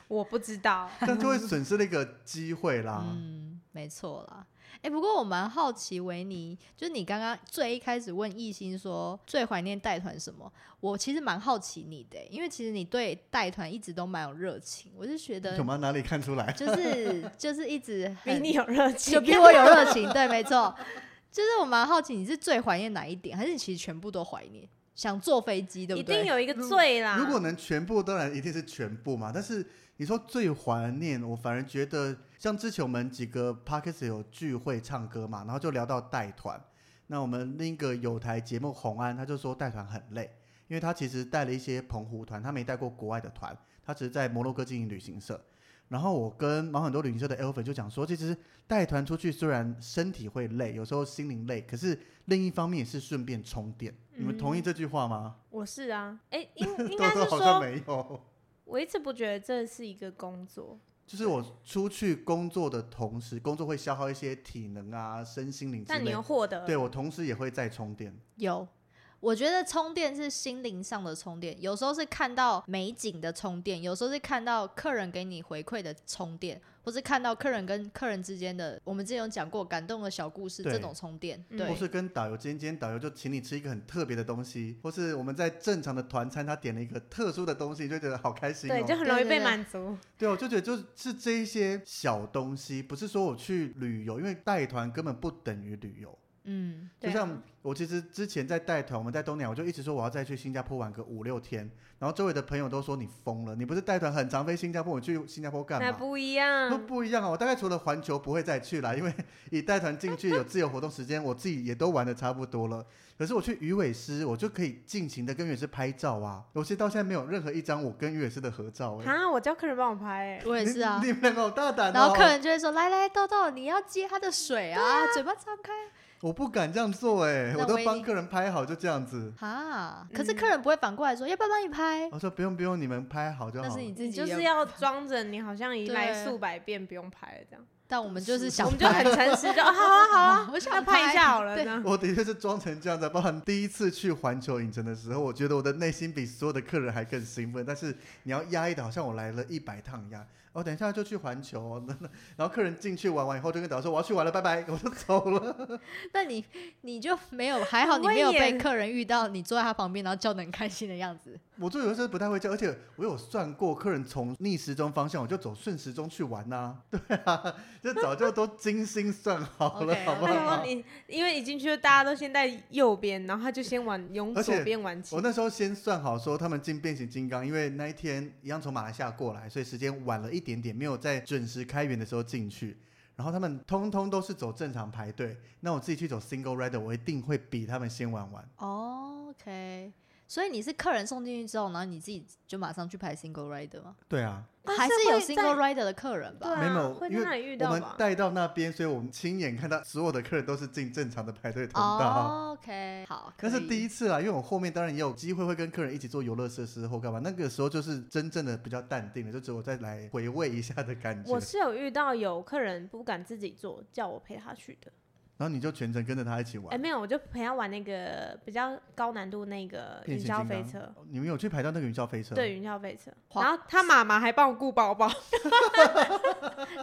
C: 我不知 道，
A: 这样就 会损失了一个机会啦。
B: 嗯，没错啦。哎、不过我蛮好奇维尼，就是你刚刚最一开始问艺兴说最怀念带团什么，我其实蛮好奇你的、欸因为其实你对带团一直都蛮有热情，我是觉得
A: 有吗？哪里看出来？
B: 就是就是一直
C: 比
B: 很
C: 你有热情，
B: 就比我有热情，对，没错。就是我蛮好奇你是最怀念哪一点，还是你其实全部都怀念？想坐飞机，对不
C: 一
B: 对？
C: 定有一个
A: 如
C: 罪啦。
A: 如果能全部，当然一定是全部嘛。但是你说最怀念，我反而觉得像之前我们几个 p a r k e s 有聚会唱歌嘛，然后就聊到带团。那我们另一个有台节目红安，他就说带团很累，因为他其实带了一些澎湖团，他没带过国外的团，他只是在摩洛哥经营旅行社。然后我跟毛很多旅行社的 Alfred 就讲说，其实带团出去虽然身体会累，有时候心灵累，可是另一方面也是顺便充电。你们同意这句话吗？
C: 我是啊，哎、 应应
A: 豆
C: 该是
A: 豆好像
C: 说，
A: 没有，
C: 我一直不觉得这是一个工作，
A: 就是我出去工作的同时，工作会消耗一些体能啊、身心灵之
C: 但你
A: 类
C: 又。获得
A: 对我同时也会在充电。
B: 有，我觉得充电是心灵上的充电，有时候是看到美景的充电，有时候是看到客人给你回馈的充电，或是看到客人跟客人之间的，我们之前有讲过感动的小故事
A: 对
B: 这种充电，
C: 嗯
B: 对
A: 或，是跟导游今天，今天导游就请你吃一个很特别的东西，或是我们在正常的团餐，他点了一个特殊的东西，你就觉得好开心、哦。
C: 对，就很容易被满足。
A: 对，我就觉得就是是这一些小东西，不是说我去旅游，因为带团根本不等于旅游。
B: 嗯，
A: 就
C: 对啊
A: 像我其实之前在带团，我们在东南亚，我就一直说我要再去新加坡玩个五六天，然后周围的朋友都说你疯了，你不是带团很常飞新加坡，你去新加坡干
C: 那
A: 嘛？
C: 不一
B: 嗯
A: 都
C: 样，
A: 不一样啊！我大概除了环球不会再去啦，因为 以带团进去有自由活动时间，我自己也都玩的差不多了。可是我去鱼尾狮，我就可以尽情的跟鱼尾狮拍照啊！我其实到现在没有任何一张我跟鱼尾狮的合照、欸。
C: 啊哈，我叫客人帮我拍、欸，
B: 我也是啊
A: 你。你们两个好大胆、哦！
B: 然后客人就会说：“来来，豆豆，你要接他的水啊，嘴巴张开
A: 我不敢这样做哎、
B: 那
A: 我都
B: 威
A: 帮
B: 力
A: 客人拍好就这样子。
B: 啊。”可是
C: 嗯
B: 客人不会反过来说：“要不要帮你拍
A: 我说不用不用，你们拍好就
B: 那
A: 好
B: 是
A: 了。
B: 你自
C: 哦你
B: 己
C: 就
B: 的，
C: 是要装着你好像已
B: 对
C: 来数百遍不用拍了 这样，
B: 但我们就是
C: 我
B: 想
C: 们就很 诚实，就哦好啊好啊，
B: 我
C: 那
B: 想
C: 拍一下好了这
B: 对，
C: 样。
A: 我的确是装成这样子，包含第一次去环球影城的时候，我觉得我的内心比所有的客人还更兴奋。但是你要压抑的，好像我来了一百趟一样。哦，等一下就去环球、哦，那那然后客人进去玩完以后，就跟导游说我要去玩了，拜拜，我就走了。
B: 但你你就没有，还好你
C: 我
B: 没有被
C: 也
B: 客人遇到，你坐在他旁边，然后叫的很开心的样子。
A: 我就有的时候不太会叫，而且我有算过，客人从逆时钟方向，我就走顺时钟去玩呐、对啊， 就早就都精心算好了
B: OK，OK
A: 好不
C: 那如
A: 好
C: 果？你因为一进去就大家都先在右边，然后他就先往用
A: 而且
C: 左边玩起
A: 我。那时候先算好说他们进变形金刚，因为那一天一样从马来西亚过来，所以时间晚了一点点，没有在准时开园的时候进去。然后他们通通都是走正常排队，那我自己去走 single rider，我一定会比他们先玩完。
B: 哦 OK，所以你是客人送进去之后，然后你自己就马上去排 single rider 吗？
A: 对啊，
C: 但是
B: 还是有
C: 会在
B: single rider 的客人
C: 对
B: 吧？
A: 没
C: 啊
A: 有，
C: 会
A: 因
C: 在
A: 为
C: 那里遇
A: 我
C: 到
A: 们
C: 吧？
A: 带到那边，所以我们亲眼看到所有的客人都是进正常的排队通
C: 啊
A: 道。
B: 哦 OK，好，
A: 那是第
B: 一
A: 一次啦，因为我后面当然也有机会会跟客人一起做游乐设施或干嘛，那个时候就是真正的比较淡定了，就只有再来回味一下的感觉。
C: 我是有遇到有客人不敢自己做，叫我陪他去的。
A: 然后你就全程跟着他一起玩
C: 哎、。没有，我就陪他玩那个比较高难度那个
A: 变
C: 云
A: 形
C: 霄
A: 金
C: 飞
A: 刚
C: 车。
A: 哦你们有去排到那个云霄飞车？
C: 对，，云霄飞车，
B: 哇
C: 然后他妈妈还帮我顾包包，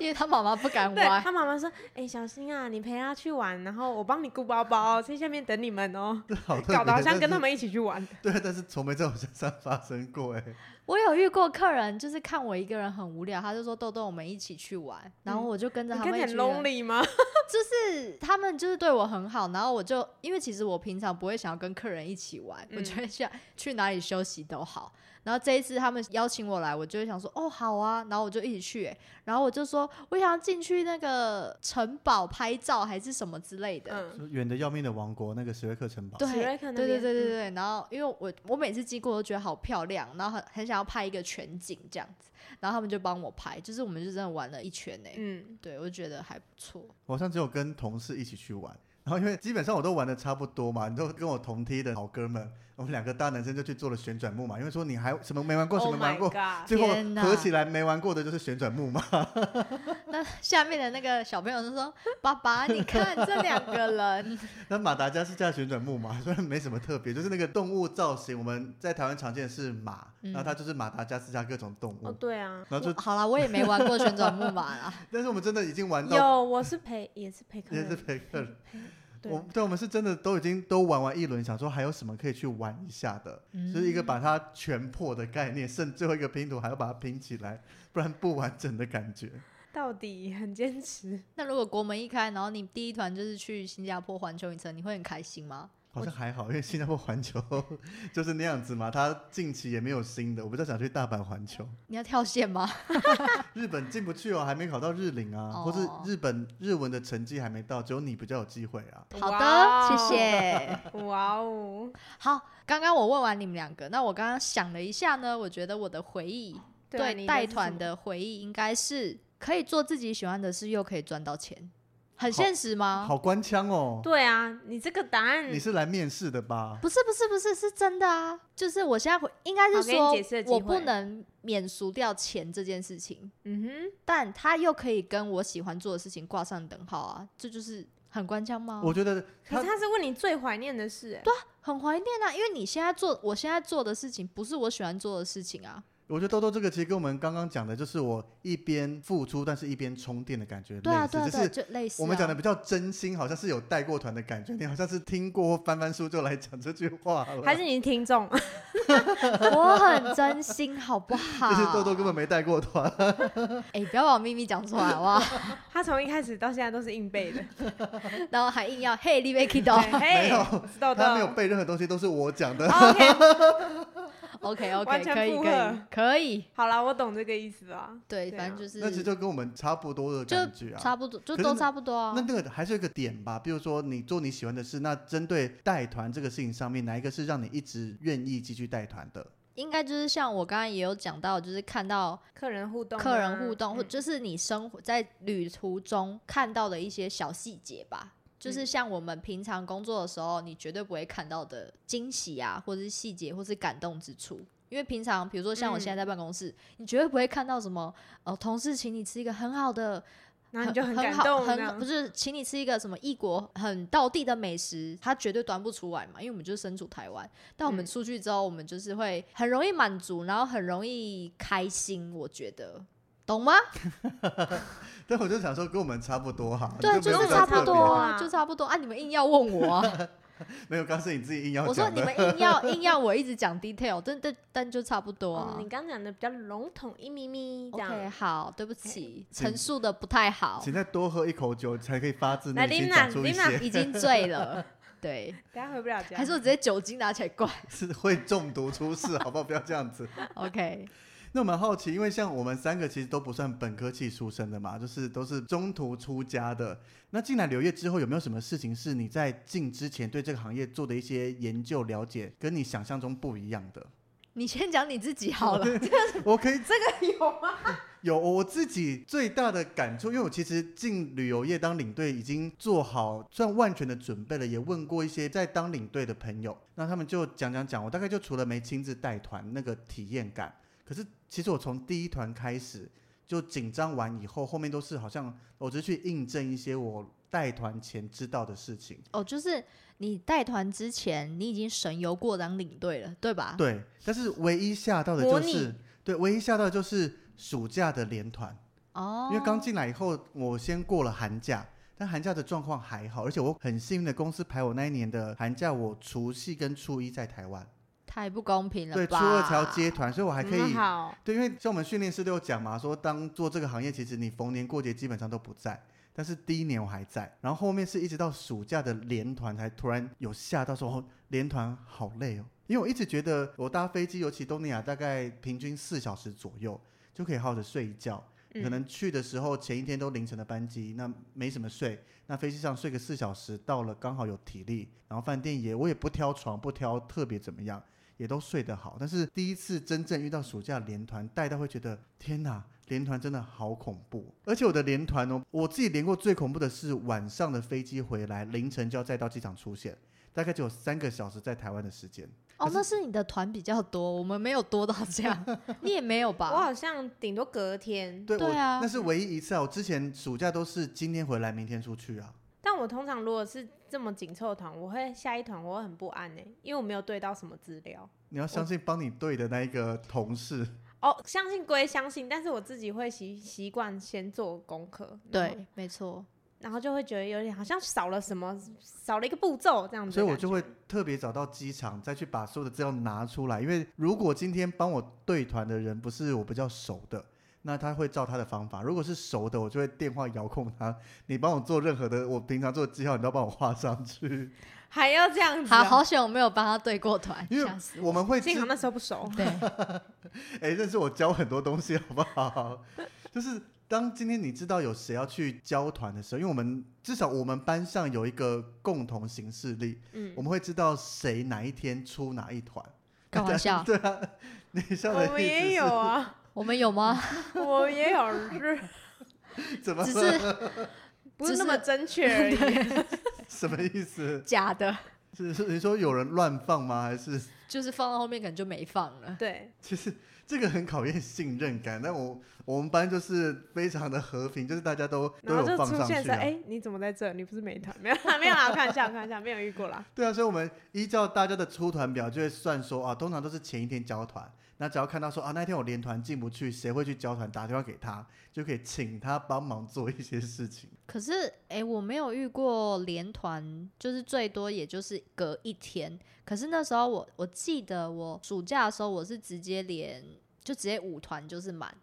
B: 因为他妈妈不敢
C: 对
B: 玩，
C: 他妈妈说：“哎、小新啊，你陪他去玩，然后我帮你顾包包，在下面等你 们哦。
A: 好特”别，
C: 搞得好像跟
A: 但
C: 他
A: 是
C: 们一起去玩。
A: 对，但是从没在我身上发生过哎。
B: 我有遇过客人，就是看我一个人很无聊，他就说豆豆，我们一起去玩，然后
C: 嗯
B: 我就跟着
C: 你
B: 他
C: 看
B: 们
C: 起
B: 一
C: 来
B: 起
C: 很
B: 去。啊
C: lonely 吗？
B: 就是他们就是对我很好，然后我就因为其实我平常不会想要跟客人一起玩，
C: 嗯
B: 我就会想去哪里休息都好。然后这一次他们邀请我来，我就会想说哦好啊，然后我就一起去、欸然后我就说我想要进去那个城堡拍照还是什么之类的。
C: 嗯，
A: 就远的要命的王国那个史瑞克城堡，
B: 对
C: 史瑞克那
B: 对对
C: 边
B: 对对对，然后因为我我每次经过都觉得好漂亮，然后很很想要拍一个全景这样子，然后他们就帮我拍，就是我们就真的玩了一圈呢、欸
C: 嗯，
B: 对我就觉得还不错。
A: 我好像只有跟同事一起去玩。然后因为基本上我都玩的差不多嘛，你都跟我同梯的好哥们，我们两个大男生就去做了旋转木马，因为说你还什么没玩过，什
C: Oh
A: 么没玩
C: my
A: 过
C: god！
A: 最后
B: 天哪
A: 合起来没玩过的就是旋转木马。
B: 那下面的那个小朋友就说：“爸 爸，你看这两个人，
A: 那马达加斯加的旋转木马虽然没什么特别，就是那个动物造型，我们在台湾常见的是马，
B: 嗯
A: 然后它就是马达加斯加各种动物，
C: 哦，对啊，
A: 然后就
B: 好啦，我也没玩过旋转木马啦。
A: 但是我们真的已经玩到
C: 有，我是陪，也是陪客
A: 也
B: 嗯
C: 人，
A: 是陪客人。
C: 陪对
A: 我对，我们是真的都已经都玩完一轮，想说还有什么可以去玩一下的，
B: 嗯
A: 就是一个把它全破的概念，剩最后一个拼图还要把它拼起来，不然不完整的感觉。
C: 到底很坚持。
B: 那如果国门一开，然后你第一团就是去新加坡环球影城，你会很开心吗？
A: 好像还好，因为新加坡环球 就是那样子嘛，它近期也没有新的。我比较想去大阪环球，
B: 你要跳线 吗？
A: 日本进不去哦，还没考到日领啊，或是
B: 哦
A: 日本日文的成绩还没到，只有你比较有机会啊。
B: 好
C: 哇
B: 的，
C: 哦
B: 谢。谢。
C: 哇哦，
B: 好，刚刚我问完你们两个，那我刚刚想了一下呢，我觉得我的回忆
C: 啊
B: 对
C: 你
B: 带
C: 是什
B: 团
C: 么
B: 的回忆应该是可以做自己喜欢的事，又可以赚到钱，很现实吗？
A: 好官腔哦。
C: 对啊，你这个答案
A: 你是来面试的吧？
B: 不是不是不是是真的啊！就是我现在回，应该是
C: 好给你
B: 说
C: 解释的机
B: 我
C: 会
B: 不能免俗掉钱这件事情，
C: 嗯
B: 但它又可以跟我喜欢做的事情挂上等号啊！这就是很官腔吗？
A: 我觉得
C: 哼，可
A: 他
C: 是他是问你最怀念的事、欸，对，
B: 很怀念啊，因为你现在做我现在做的事情不是我喜欢做的事情啊。
A: 我觉得豆豆这个其实跟我们刚刚讲的，就是我一边付出，但是一边充电的感觉类似，
B: 对啊，对啊，
A: 就
B: 对啊，
A: 是
B: 就类似、啊。
A: 我们讲的比较真心，好像是有带过团的感觉，你好像是听过或翻翻书就来讲这句话了，
C: 还是你是听众？
B: 我很真心，好不好？
A: 就是豆豆根本没带过团，
B: 哎、不要把我秘密讲出来好不 好？
C: 他从一开始到现在都是硬背的，
B: 然后还硬要嘿，你 make it
C: 对
B: o
C: 嘿
A: 没有
C: 知道
A: 他
C: 的，
A: 没有背任何东西，都是我讲
B: 啊
A: 的。
C: OK，
B: OK OK，
C: 完全
B: 可以
C: 附
B: 可以
C: 和
B: 可以，
C: 好啦，我懂这个意思啦。
B: 对，
C: 对啊
B: 反正就 是
A: 那其实就跟我们差不多的感觉
B: 就
A: 啊。
B: 差不多，就
A: 可是
B: 都
A: 那
B: 差不多啊
A: 那。那个还是有一个点吧，比如说你做你喜欢的事，那针对带团这个事情上面，哪一个是让你一直愿意继续带团的？
B: 应该就是像我刚刚也有讲到，就是看到
C: 客人互动啊，
B: 客人互动，或
C: 嗯
B: 就是你生活在旅途中看到的一些小细节吧。就是
C: 嗯
B: 像我们平常工作的时候，你绝对不会看到的惊喜啊，或者是细节，或是感动之处。因为平常，比如说像我现
C: 嗯
B: 在在办公室，你绝对不会看到什么，呃，同事请你吃一个很好的，
C: 然后你就
B: 很
C: 感
B: 好
C: 动，这
B: 很好
C: 样
B: 不是请你吃一个什么异国很道地的美食，他绝对端不出来嘛，因为我们就是身处台湾。但我们
C: 嗯
B: 出去之后，我们就是会很容易满足，然后很容易开心，我觉得。懂吗？
A: 哦但我就想说跟我们差不多哈，
B: 对啊，
A: 你就
B: 就
A: 没有
B: 是
A: 比较
B: 差不
A: 特别
B: 多啊，
C: 特别
B: 就差不多啊！你们硬要问我啊、
A: 没有，刚刚是你自己硬要
B: 我说
A: 讲
B: 你
A: 的。
B: 们硬要硬要我一直讲 detail，但但但就差不多
C: 哦
B: 啊
C: 你。刚讲的比较笼统一咪咪这
B: OK，啊
C: 样。
B: 好，对不起，陈
A: 请
B: 述的不太好，
A: 请再多喝一口酒，才可以发自内
C: 来
A: 心
C: 琳娜
A: 讲出一
C: 琳娜
A: 些
B: 已经醉了， 对，
C: 等下回不了家，
B: 还是我直接酒精拿起来灌
A: 是会中毒出事， 好不好？不要这样子。
B: ？OK，
A: 那我蛮好奇，因为像我们三个其实都不算本科系出身的嘛，就是都是中途出家的。那进来留业之后，有没有什么事情是你在进之前对这个行业做的一些研究了解，跟你想象中不一样的？
B: 你先讲你自己好了。
A: 我可以
C: 这个有吗？
A: 有我自己最大的感触，因为我其实进旅游业当领队已经做好算万全的准备了，也问过一些在当领队的朋友，那他们就讲讲讲，我大概就除了没亲自带团那个体验感，可是其实我从第一团开始就紧张完以后，后面都是好像我只是去印证一些我带团前知道的事情，
B: 哦，就是你带团之前，你已经神游过当领队了，对吧？
A: 对，但是唯一吓到的
C: 啊模
A: 就
C: 拟
A: 是对，唯一吓到的就是暑假的连团。
B: 哦，
A: 因为刚进来以后，我先过了寒假，但寒假的状况还好，而且我很幸运的公司排我那一年的寒假，我除夕跟初一在台湾，
B: 太不公平了吧，
A: 对，初二才要接团，所以我还可
C: 嗯
A: 以。
C: 好，
A: 对，因为像我们训练师都有讲嘛，说当做这个行业，其实你逢年过节基本上都不在，但是第一年我还在，然后后面是一直到暑假的连团才突然有吓到说，哦，连团好累哦，因为我一直觉得我搭飞机，尤其东南亚大概平均四小时左右就可以好好的睡一觉，可
C: 嗯
B: 嗯
A: 能去的时候前一天都凌晨的班机，那没什么睡，那飞机上睡个四小时，到了刚好有体力，然后饭店也我也不挑床，不挑特别怎么样，也都睡得好。但是第一次真正遇到暑假连团，带到会觉得天哪，连团真的好恐怖。而且我的连团哦，我自己连过最恐怖的是晚上的飞机回来，凌晨就要再到机场出现，大概只有三个小时在台湾的时间。
B: 哦
A: 可，是
B: 那是你的团比较多，我们没有多到这样，你也没有
C: 我
B: 吧？
C: 好像顶多隔天，
A: 对，
B: 对啊
A: 我那是唯一一次啊。我之前暑假都是今天回来，明天出去啊。
C: 但我通常如果是这么紧凑的团，我会下一团我会很不安呢、因为我没有对到什么资料。
A: 你要相信帮你对的那一个同事，
C: 哦，相信归相信，但是我自己会习习惯先做功课，然后，
B: 对，没错，
C: 然后就会觉得有点好像少了什么，少了一个步骤这样嗯子的感觉。
A: 所以我就会特别找到机场，再去把所有的资料拿出来。因为如果今天帮我对团的人不是我比较熟的，那他会照他的方法；如果是熟的，我就会电话遥控他，你帮我做任何的我平常做的记号，你都要帮我画上 去。
C: 还要这样子、
B: 好
C: 啊，
B: 好险我没有帮他对过团，
A: 因为
B: 吓死
A: 我！们会知
C: 幸好那时候不熟。
B: 对，
A: 哎，认识我教很多东西，好不好？ 就是当今天你知道有谁要去教团的时候，因为我们至少我们班上有一个共同行事历，
C: 嗯
A: 我，们会知道谁哪一天出哪一团。
B: 开玩笑
A: 对啊，你笑的
C: 嗯我们也有啊，
B: 我们有吗？
C: 我也有啊 日，
A: 怎么
B: 只是
C: 不是
B: 只
C: 那
B: 是
C: 么正确 而已。
A: 什么意思？
B: 假的，
A: 是是你说有人乱放吗？还是
B: 就是放到后面可能就没放了。
C: 对，
A: 其实这个很考验信任感？但我我们班就是非常的和平，就是大家都都
C: 然后
A: 有
C: 就
A: 放
C: 出
A: 上
C: 现
A: 去、
C: 说：“
A: 啊。
C: 哎、你怎么在这？你不是美团？ 没有啦，没有啦，我看一下，我看一下，没有遇过啦。
A: 对啊，所以我们依照大家的出团表就会算说啊，通常都是前一天交团，那只要看到说啊那天我连团进不去，谁会去交团，打电话给他就可以请他帮忙做一些事情。
B: 可是，哎、我没有遇过连团，就是最多也就是隔一天。可是那时候我我记得我暑假的时候，我是直接连就直接五团就是满，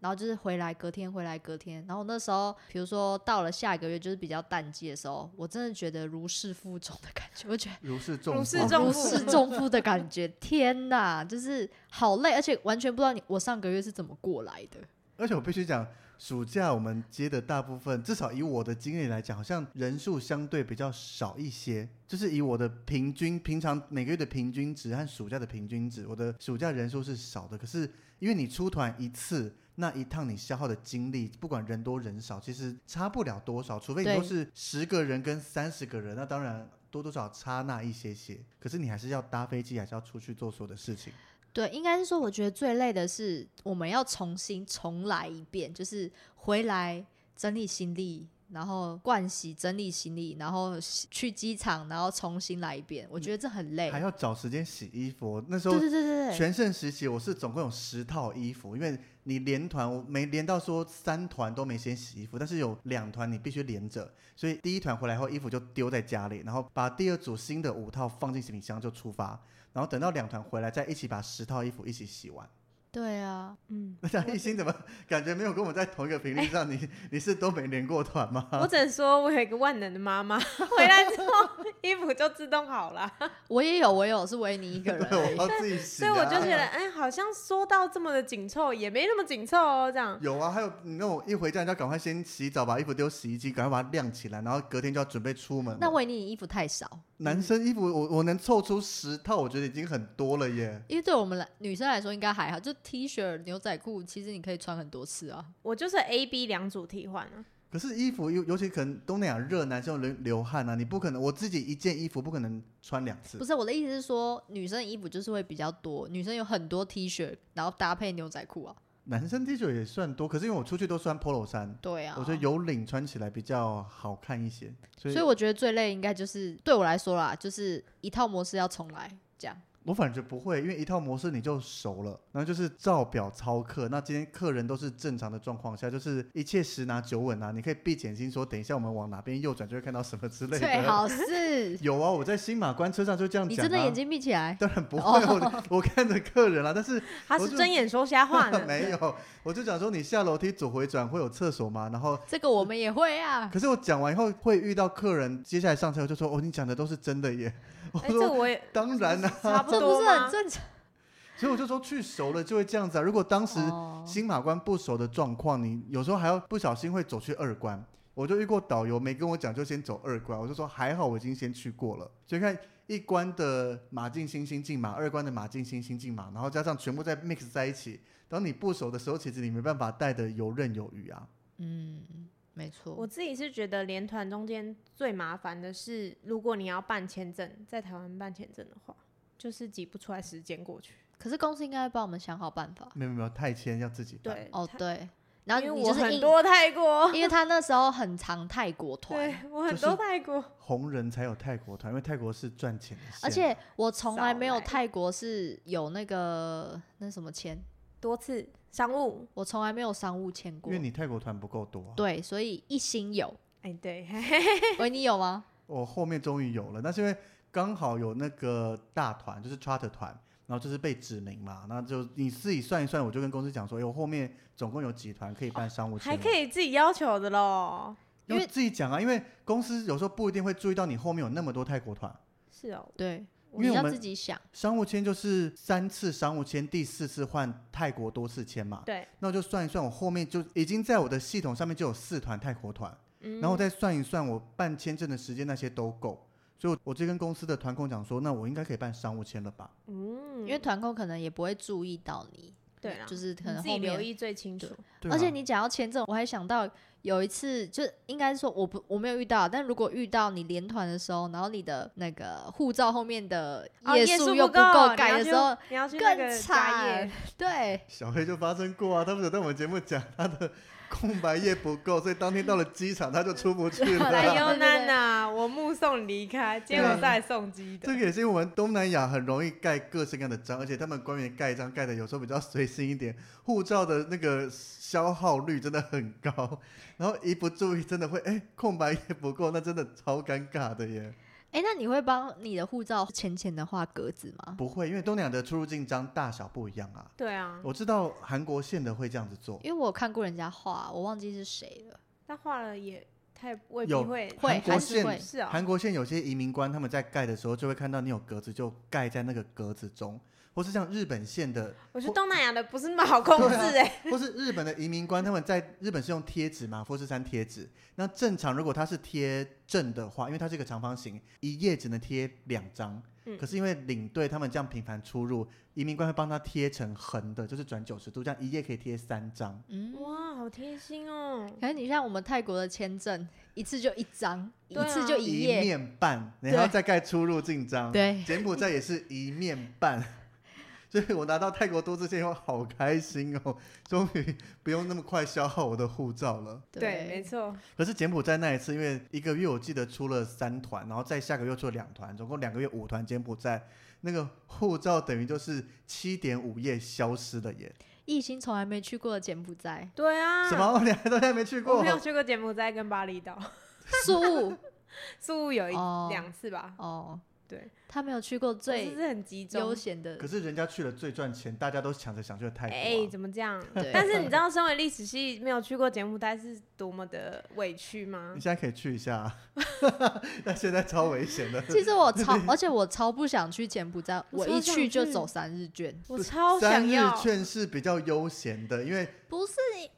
B: 然后就是回来隔天回来隔天。然后那时候，比如说到了下一个月就是比较淡季的时候，我真的觉得如释负重的感觉，我觉得。
A: 如释重
C: 如释
A: 负
C: 重
B: 如
C: 负
B: 释重负的感觉，天哪，就是好累，而且完全不知道你我上个月是怎么过来的。
A: 而且我必须讲，暑假我们接的大部分，至少以我的经历来讲，好像人数相对比较少一些。就是以我的平均，平常每个月的平均值和暑假的平均值，我的暑假人数是少的。可是因为你出团一次，那一趟你消耗的精力，不管人多人少，其实差不了多少。除非你
B: 对
A: 都是十个人跟三十个人，那当然多多少少差那一些些。可是你还是要搭飞机，还是要出去做所有的事情。
B: 对，应该是说，我觉得最累的是我们要重新重来一遍，就是回来整理行李，然后盥洗、整理行李，然后洗去机场，然后重新来一遍。我觉得这很累。
A: 嗯还要找时间洗衣服，那时候
B: 对对对对对，
A: 全盛时期我是总共有十套衣服，因为你连团我没连到说三团都没先洗衣服，但是有两团你必须连着，所以第一团回来后衣服就丢在家里，然后把第二组新的五套放进行李箱就出发，然后等到两团回来再一起把十套衣服一起洗完。
B: 对啊，
C: 嗯，
A: 那张一心怎么感觉没有跟我在同一个频率上？你你是都没连过团吗？
C: 我只能说我有一个万能的妈 妈，回来之后衣服就自动好了，
B: 我也有，我也有，是维尼一个
A: 对
B: 人，而已
A: 我。要自己洗、啊。
C: 所以我就觉得，哎、好像说到这么的紧凑，也没那么紧凑哦，这样。
A: 有啊，还有你那种一回家你就要赶快先洗澡，把衣服丢洗衣机，赶快把它晾起来，然后隔天就要准备出门了。
B: 那维尼你衣服太少，
A: 男生衣服我我能凑出十套，我觉得已经很多了耶。
B: 因为对我们来女生来说应该还好，就 T 恤、牛仔裤，其实你可以穿很多次啊。
C: 我就是 A、B 两组替换啊，
A: 可是衣服尤尤其可能东南亚热，男生流流汗啊，你不可能我自己一件衣服不可能穿两次
B: 不。是我的意思是说，女生的衣服就是会比较多，女生有很多 T 恤，然后搭配牛仔裤啊。
A: 男生 T 恤也算多，可是因为我出去都穿 polo 衫，
B: 对啊，
A: 我觉得有领穿起来比较好看一些，所以
B: 所以我觉得最累应该就是对我来说啦，就是一套模式要重来这样。
A: 我反正不会，因为一套模式你就熟了，然后就是照表操课。那今天客人都是正常的状况下，就是一切十拿九稳啊，你可以闭眼睛说，等一下我们往哪边右转就会看到什么之类的。
B: 最好是
A: 有啊，我在新马关车上就这样
B: 你
A: 讲、啊。
B: 真的眼睛闭起来，
A: 当然不会，
C: 哦
A: 我我看着客人啦、但是
C: 他
A: 我
C: 是
A: 就。
C: 睁眼说瞎话 呢
A: 没有，我就讲说你下楼梯左回转会有厕所吗？然后，
B: 这个我们也会啊。
A: 可是我讲完以后会遇到客人，接下来上车就说哦，你讲的都是真的耶。我
C: 哎、
A: 说、
C: 这我也
A: 当然啦、
C: 差不
B: 这不
C: 多
B: 是
C: 吗
B: 很？正常？
A: 所以我就说去熟了就会这样子啊。如果当时
B: 哦
A: 新马关不熟的状况，你有时候还要不小心会走去二关。我就遇过导游没跟我讲，就先走二关，我就说还好我已经先去过了。所以看一关的马进星星进马，二关的马进星星进马，然后加上全部再 mix 在一起，当你不熟的时候，其实你没办法带的游刃有余啊。
B: 嗯，没错
C: 我。自己是觉得连团中间最麻烦的是，如果你要办签证，在台湾办签证的话，就是挤不出来时间过去。
B: 可是公司应该会帮我们想好办法。
A: 没有没有，太签要自己办。
C: 对，
B: 哦，
C: 他
B: 对，然
C: 因
B: 后
C: 为
B: 你
C: 我
B: 就是
C: 很
B: 硬，
C: 多泰国，
B: 因为他那时候很常泰国团
C: 对。我很
A: 就是
C: 多泰国，
A: 红人才有泰国团，因为泰国是赚钱的线。
B: 而且我从来没有
C: 少来
B: 泰国是有那个那什么签，
C: 多次商务，
B: 我从来没有商务签过
A: 因为。你泰国团不够多、啊。
B: 对，所以一心 有。
C: 哎，对，
B: 喂，你有吗？
A: 我后面终于有了，那是因为刚好有那个大团，就是 charter 团，然后就是被指名嘛，那就你自己算一算，我就跟公司讲说，哎、我后面总共有几团可以办商务签、
C: 哦还
B: 啊
C: 可，以自己要求的喽。
B: 因为
A: 要自己讲啊，因为公司有时候不一定会注意到你后面有那么多泰国团。
C: 是哦，
B: 对，
A: 因为
B: 你
A: 我
B: 要
A: 们
B: 自己想。
A: 商务签就是三次商务签，第四次换泰国多次签嘛。
C: 对，
A: 那我就算一算，我后面就已经在我的系统上面就有四团泰国团，
C: 嗯，
A: 然后我再算一算我办签证的时间，那些都够。所以我，我就跟公司的团控讲说，那我应该可以办商务签了吧？
C: 嗯，
B: 因为团购可能也不会注意到你，
C: 对啦，
B: 就是可能
C: 你自
B: 后
C: 己留
B: 面。
C: 意最清楚
B: 对。
A: 对
B: 而且
A: 啊
B: 你讲到签证，我还想到有一次，就应该是说我不我没有遇到，但如果遇到你连团的时候，然后你的那个护照后面的
C: 哦
B: 页
C: 页
B: 数
C: 数
B: 又
C: 不
B: 够
C: 够
B: 改的时候，，
C: 你要去你要去那
B: 更
C: 个家
B: 惨
C: 业，。
B: 对，
A: 小黑就发生过啊，他不是有在我们节目讲他的空白页不够，所以当天到了机场他就出不去
B: 后来
C: 哎
B: 又
A: 了。
C: 呦娜娜，我目送 离开，结果是来送机的
A: 这。个也是因为我们东南亚很容易盖各式各样的章，而且他们官员盖章盖的有时候比较随性一点，护照的那个消耗率真的很高， 然后一不注意真的会哎、空白页不够，那真的超尴尬的耶。
B: 哎、那你会帮你的护照浅浅的画格子吗？
A: 不会，因为东南亚的出入境章大小不一样啊。
C: 对啊，
A: 我知道韩国线的会这样子做，
B: 因为我有看过人家画，我忘记是谁了。
C: 但画了也太未必
A: 有
C: 会
B: 会
A: 韩国
B: 还是
A: 线
B: 会
C: 是啊，
A: 韩国现在有些移民官他们在盖的时候，就会看到你有格子，就盖在那个格子中，或是像日本线的，
C: 我觉
A: 或
C: 得东南亚的不是那么好控制
A: 对啊
C: 哎。
A: 或是日本的移民官，他们在日本是用贴纸嘛，富士山贴纸。那正常如果它是贴正的话，因为它是一个长方形，一页只能贴两张。
C: 嗯
A: 可是因为领队他们这样频繁出入，移民官会帮他贴成横的，就是转九十度，这样一页可以贴三张。
B: 嗯，
C: 哇，好贴心哦。
B: 可是你像我们泰国的签证，一次就一张，一
C: 对啊
B: 次就一
A: 一
B: 页，
A: 面半，
B: 对
A: 然后再盖出入境章。
B: 对
A: 柬埔寨也是一面半。 所以我拿到泰国多次签以后，好开心哦！终于不用那么快消耗我的护照了。
C: 对，没错，、
A: 可是柬埔寨那一次，因为一个月我记得出了三团，然后再下个月出了两团，总共两个月五团柬埔寨，那个护照等于就是七点五页消失了耶！
B: 艺兴从来没去过的柬埔寨
C: 对啊。
A: 什？么？哦两个都还没去
C: 我
A: 过
C: 没？有去过柬埔寨跟巴厘岛，
B: 宿务
C: 苏武有一
B: 哦
C: 两次吧。
B: 哦，
C: 对，
B: 他没有去过
C: 这
B: 最
C: 是很集
B: 悠
C: 中。
B: 闲的
A: 可，是人家去了最赚钱，大家都抢着想去的泰国、啊。
C: 哎，怎么这样？
B: 对
C: 但 是你知道，身为历史系没有去过柬埔寨是多么的委屈吗
A: 你？现在可以去一下、 啊，但现在超危险的。
B: 其实我 超，而且我超不想去柬埔寨，
C: 我
B: 我
C: 超
B: 一去
C: 想
B: 就
C: 去
B: 走三日券。
C: 我超
A: 三
C: 想
A: 日
C: 要。
A: 券是比较悠闲的，因为
B: 不是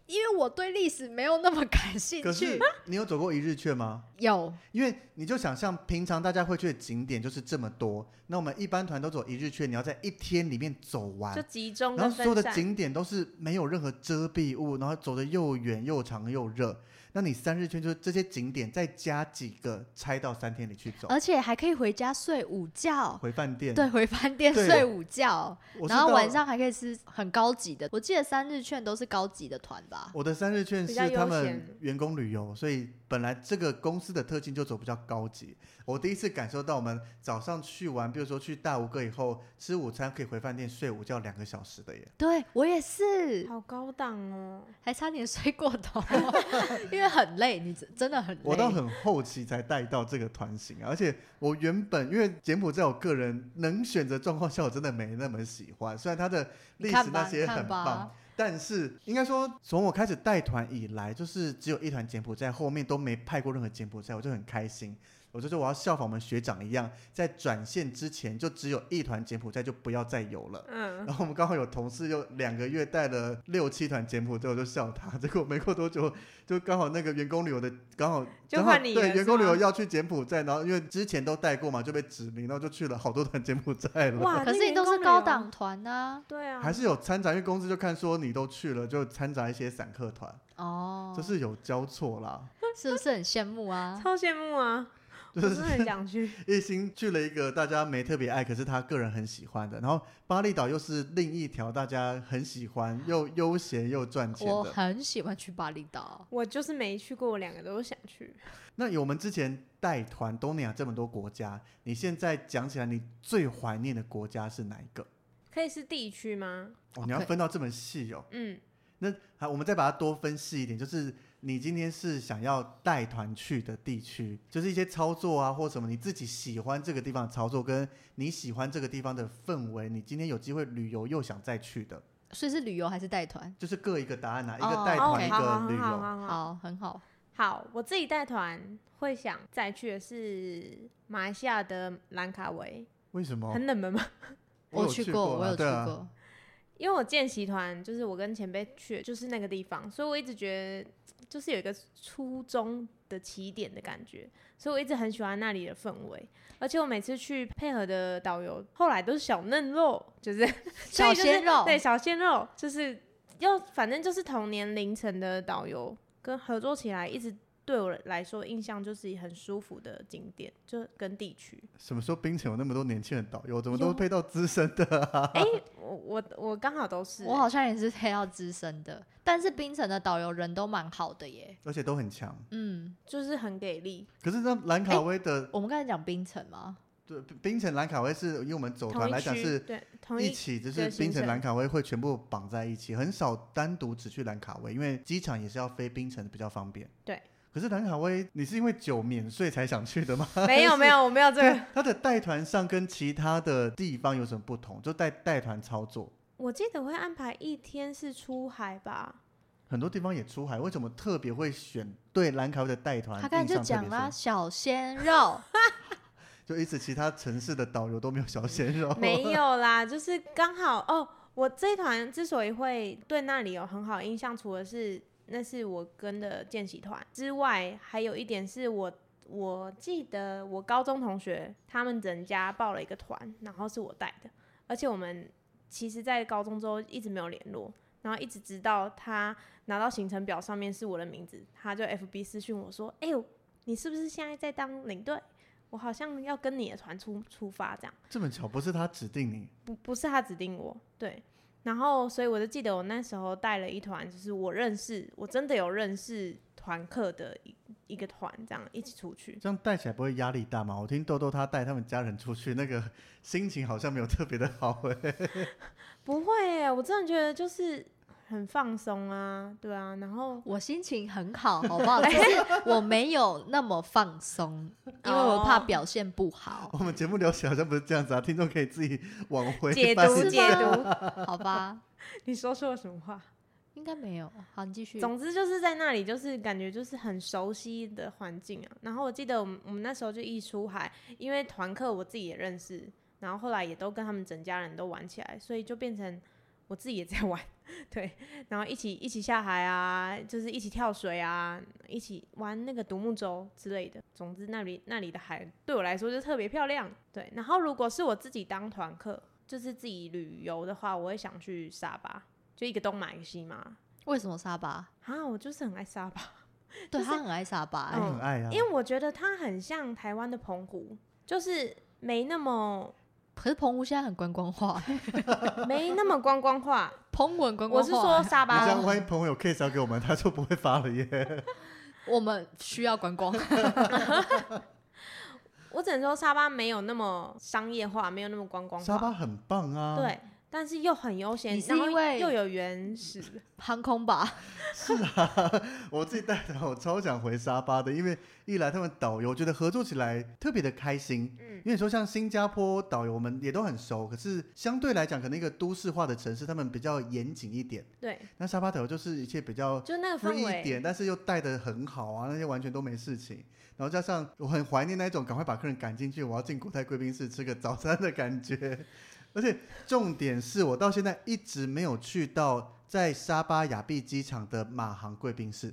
B: 因为我对历史没有那么感兴
A: 可是
B: 趣，
A: 你有走过一日券吗？
B: 有
A: 因为你就想象平常大家会去的景点就是这么多，那我们一般团都走一日券，你要在一天里面走完
C: 就，集中
A: 啊然
C: 跟
A: 后所有的
C: 分散
A: 景点都是没有任何遮蔽物，然后走的又远又长又热。那你三日券就是这些景点再加几个拆到三天里去走，
B: 而且还可以回家睡午觉。
A: 回饭店。
B: 呃对，，回饭店
A: 对
B: 睡午觉，
A: 我是
B: 然后
A: 到
B: 晚上还可以吃很高级的。我记得三日券都是高级的团吧？
A: 我的三日券
C: 比
A: 是
C: 较悠
A: 他们
C: 闲
A: 员工旅游，所以本来这个公司的特性就走比较高级。我第一次感受到，我们早上去玩，比如说去大吴哥以后吃午餐，可以回饭店睡午觉两个小时的耶。
B: 对我也是，
C: 好高档哦。
B: 还差点睡过头， 因为很累，你真真的很累。
A: 我到很后期才带到这个团型啊，而且我原本因为柬埔寨，我个人能选择状况下，我真的没那么喜欢。虽然它的历
B: 你
A: 史
B: 看吧
A: 那些
B: 你看
A: 很
B: 吧
A: 棒，
C: 啊
A: 但是应该说，从我开始带团以来，就是只有一团柬埔寨，后面都没派过任何柬埔寨，我就很开心。我就说我要效仿我们学长一样，在转线之前就只有一团柬埔寨，就不要再有 了。
C: 嗯，
A: 然后我们刚好有同事又两个月带了六七团柬埔寨，我就笑他。结果没过多久，就刚好那个员工旅游的刚好
C: 就
A: 刚好
C: 换你了
A: 对
C: 是
A: 员工旅游
C: 吗
A: 要去柬埔寨，然后因为之前都带过嘛，就被指名，然后就去了好多团柬埔寨了。
C: 哇，
B: 可
C: 那
B: 是你
C: 员
B: 都
C: 工
B: 是
C: 旅
B: 高
C: 游，
B: 档团呐、
C: 对啊，
A: 还是有掺杂，因为公司就看说你都去了，就掺杂一些散客团，
B: 哦，
A: 就是有交错啦。
B: 是不是很羡慕啊？
C: 超羡慕啊！
A: 就是
C: 我真的很想去，
A: 一心去了一个大家没特别爱，可是他个人很喜欢的，然后巴厘岛又是另一条大家很喜欢又悠闲又赚钱
B: 我
A: 的。
B: 很喜欢去巴厘岛，
C: 我就是没去过，我两个都想去。
A: 那有我们之前带团东南亚这么多国家，你现在讲起来，你最怀念的国家是哪一个？
C: 可以是地区吗？
A: 哦，你要
B: OK
A: 分到这么细哦。
C: 嗯，
A: 那好，我们再把它多分析一点，就是你今天是想要带团去的地区，就是一些操作啊或什么，你自己喜欢这个地方的操作，跟你喜欢这个地方的氛围，你今天有机会旅游又想再去的，
B: 所以是旅游还是带团？
A: 就是各一个答案啊，一
B: 哦
A: 个带
C: 哦，
A: 团，一
C: 好好
A: 个
C: 好
A: 旅
C: 好
A: 游。
C: 好好，
B: 好，很好。
C: 好，我自己带团会想再去的是马来西亚的兰卡维，
A: 为什么？
C: 很冷门吗？
A: 我有
B: 去
A: 去
B: 过，
A: 过
B: 我
A: 啊
B: 有去
A: 对啊
B: 过。
C: 因为我见习团就是我跟前辈去，就是那个地方，所以我一直觉得就是有一个初衷的起点的感觉，所以我一直很喜欢那里的氛围。而且我每次去配合的导游，后来都是小嫩肉，就是所
B: 小
C: 以就是
B: 鲜肉，
C: 对小鲜肉，就是要反正就是同年龄层的导游跟合作起来，一直对我来说印象就是很舒服的景点，就跟地区。
A: 什么时候冰城有那么多年轻人导游，怎么都
C: 有
A: 配到资深的啊？
C: 哎、我我我刚好都是、
B: 我好像也是配到资深的，但是槟城的导游人都蛮好的耶。
A: 而且都很强。
B: 嗯，
C: 就是很给力，
A: 可是那兰
C: 哎
A: 卡威的、
B: 我们刚才讲槟城吗？
A: 对冰城兰卡威是因为我们走
C: 同
A: 团
C: 一
A: 来
C: 区
A: 讲是
C: 对同
A: 一
C: 一
A: 起，就
C: 个
A: 是
C: 行
A: 冰城
C: 程
A: 兰卡威会全部绑在一起，很少单独只去兰卡威，因为机场也是要飞冰城比较方便。
C: 对。
A: 可是兰卡威，你是因为酒免税才想去的吗？
C: 没有没有我没有这个，
A: 它的带团上跟其他的地方有什么不同？就带带团操作，
C: 我记得会安排一天是出海 吧，
A: 很多地方也出海，为什么特别会选对兰卡威的带团？
B: 他刚才就
A: 印象特
B: 讲
A: 别
B: 啦，
A: 深
B: 小鲜肉，
A: 就一直其他城市的导游都没有小鲜肉，
C: 没有啦，就是刚好哦。我这一团之所以会对那里有很好印象，除了是那是我跟的见习团之外，还有一点是我我记得我高中同学他们人家报了一个团，然后是我带的，而且我们其实，在高中之后一直没有联络，然后一直直到他拿到行程表上面是我的名字，他就 FB 私讯我说：“哎、呦，你是不是现在在当领队？我好像要跟你的团出出发这样。”
A: 这么巧，不是他指定你，
C: 不不是他指定我，对。然后，所以我就记得我那时候带了一团，就是我认识，我真的有认识团客的一一个团，这样一起出去。
A: 这样带起来不会压力大吗？我听豆豆他带他们家人出去，那个心情好像没有特别的好哎、
C: 不会耶，我真的觉得就是很放松啊，对啊。然后
B: 我心情很好，好不 好？只是我没有那么放松，因为我
C: 哦
B: 怕表现不好，
A: 我们节目聊起来好像不是这样子啊，听众可以自己往回
C: 解
A: 翻
C: 读
B: 是
C: 解读
B: 吗， 好吧？
C: 你说错了什么话？
B: 应该没有。好，你继续。
C: 总之就是在那里，就是感觉就是很熟悉的环境啊。然后我记得我们我们那时候就一出海，因为团客我自己也认识，然后后来也都跟他们整家人都玩起来，所以就变成我自己也在玩， 对，然后一起一起下海啊，就是一起跳水啊，一起玩那个独木舟之类的。总之那里那里的海对我来说就特别漂亮，对。然后如果是我自己当团客，就是自己旅游的话，我会想去沙巴，就一个东马一个西马。
B: 为什么沙巴？
C: 啊，我就是很爱沙巴，
B: 对
C: 就是
B: 他很爱沙巴、
A: 他
B: 欸
C: 嗯
A: 很爱啊
C: 因。为我觉得它很像台湾的澎湖，就是没那么
B: 可是澎湖现在很观光化、欸
C: 没那么观 光化。
B: 澎湖很观
C: 我
B: 光
C: 是
B: 化、
C: 说
B: 欸
C: 沙
A: 你这样，
C: 巴，
A: 万一朋友有 case 要给我们，他就不会发了 耶。
B: 我们需要观光。
C: 我只能说沙巴没有那么商业化，没有那么观光化。
A: 沙巴很棒啊，，
C: 对，但是又很悠闲，
B: 你是
C: 然后
B: 因为
C: 又有原始，
B: 航空吧，
A: 啊我自己带团，我超想回沙巴的，因为一来他们导游觉得合作起来特别的开心，
C: 嗯，
A: 因为你说像新加坡导游我们也都很熟，可是相对来讲，可能一个都市化的城市，他们比较严谨一点，
C: 对，
A: 那沙巴导游就是一切比较
C: 就那个
A: free
C: 氛
A: 一
C: 围，
A: 点，但是又带的很好啊，那些完全都没事情。然后加上我很怀念那一种赶快把客人赶进去，我要进国泰贵宾室吃个早餐的感觉。 而且重点是我到现在一直没有去到在沙巴亚庇机场的马航贵宾室，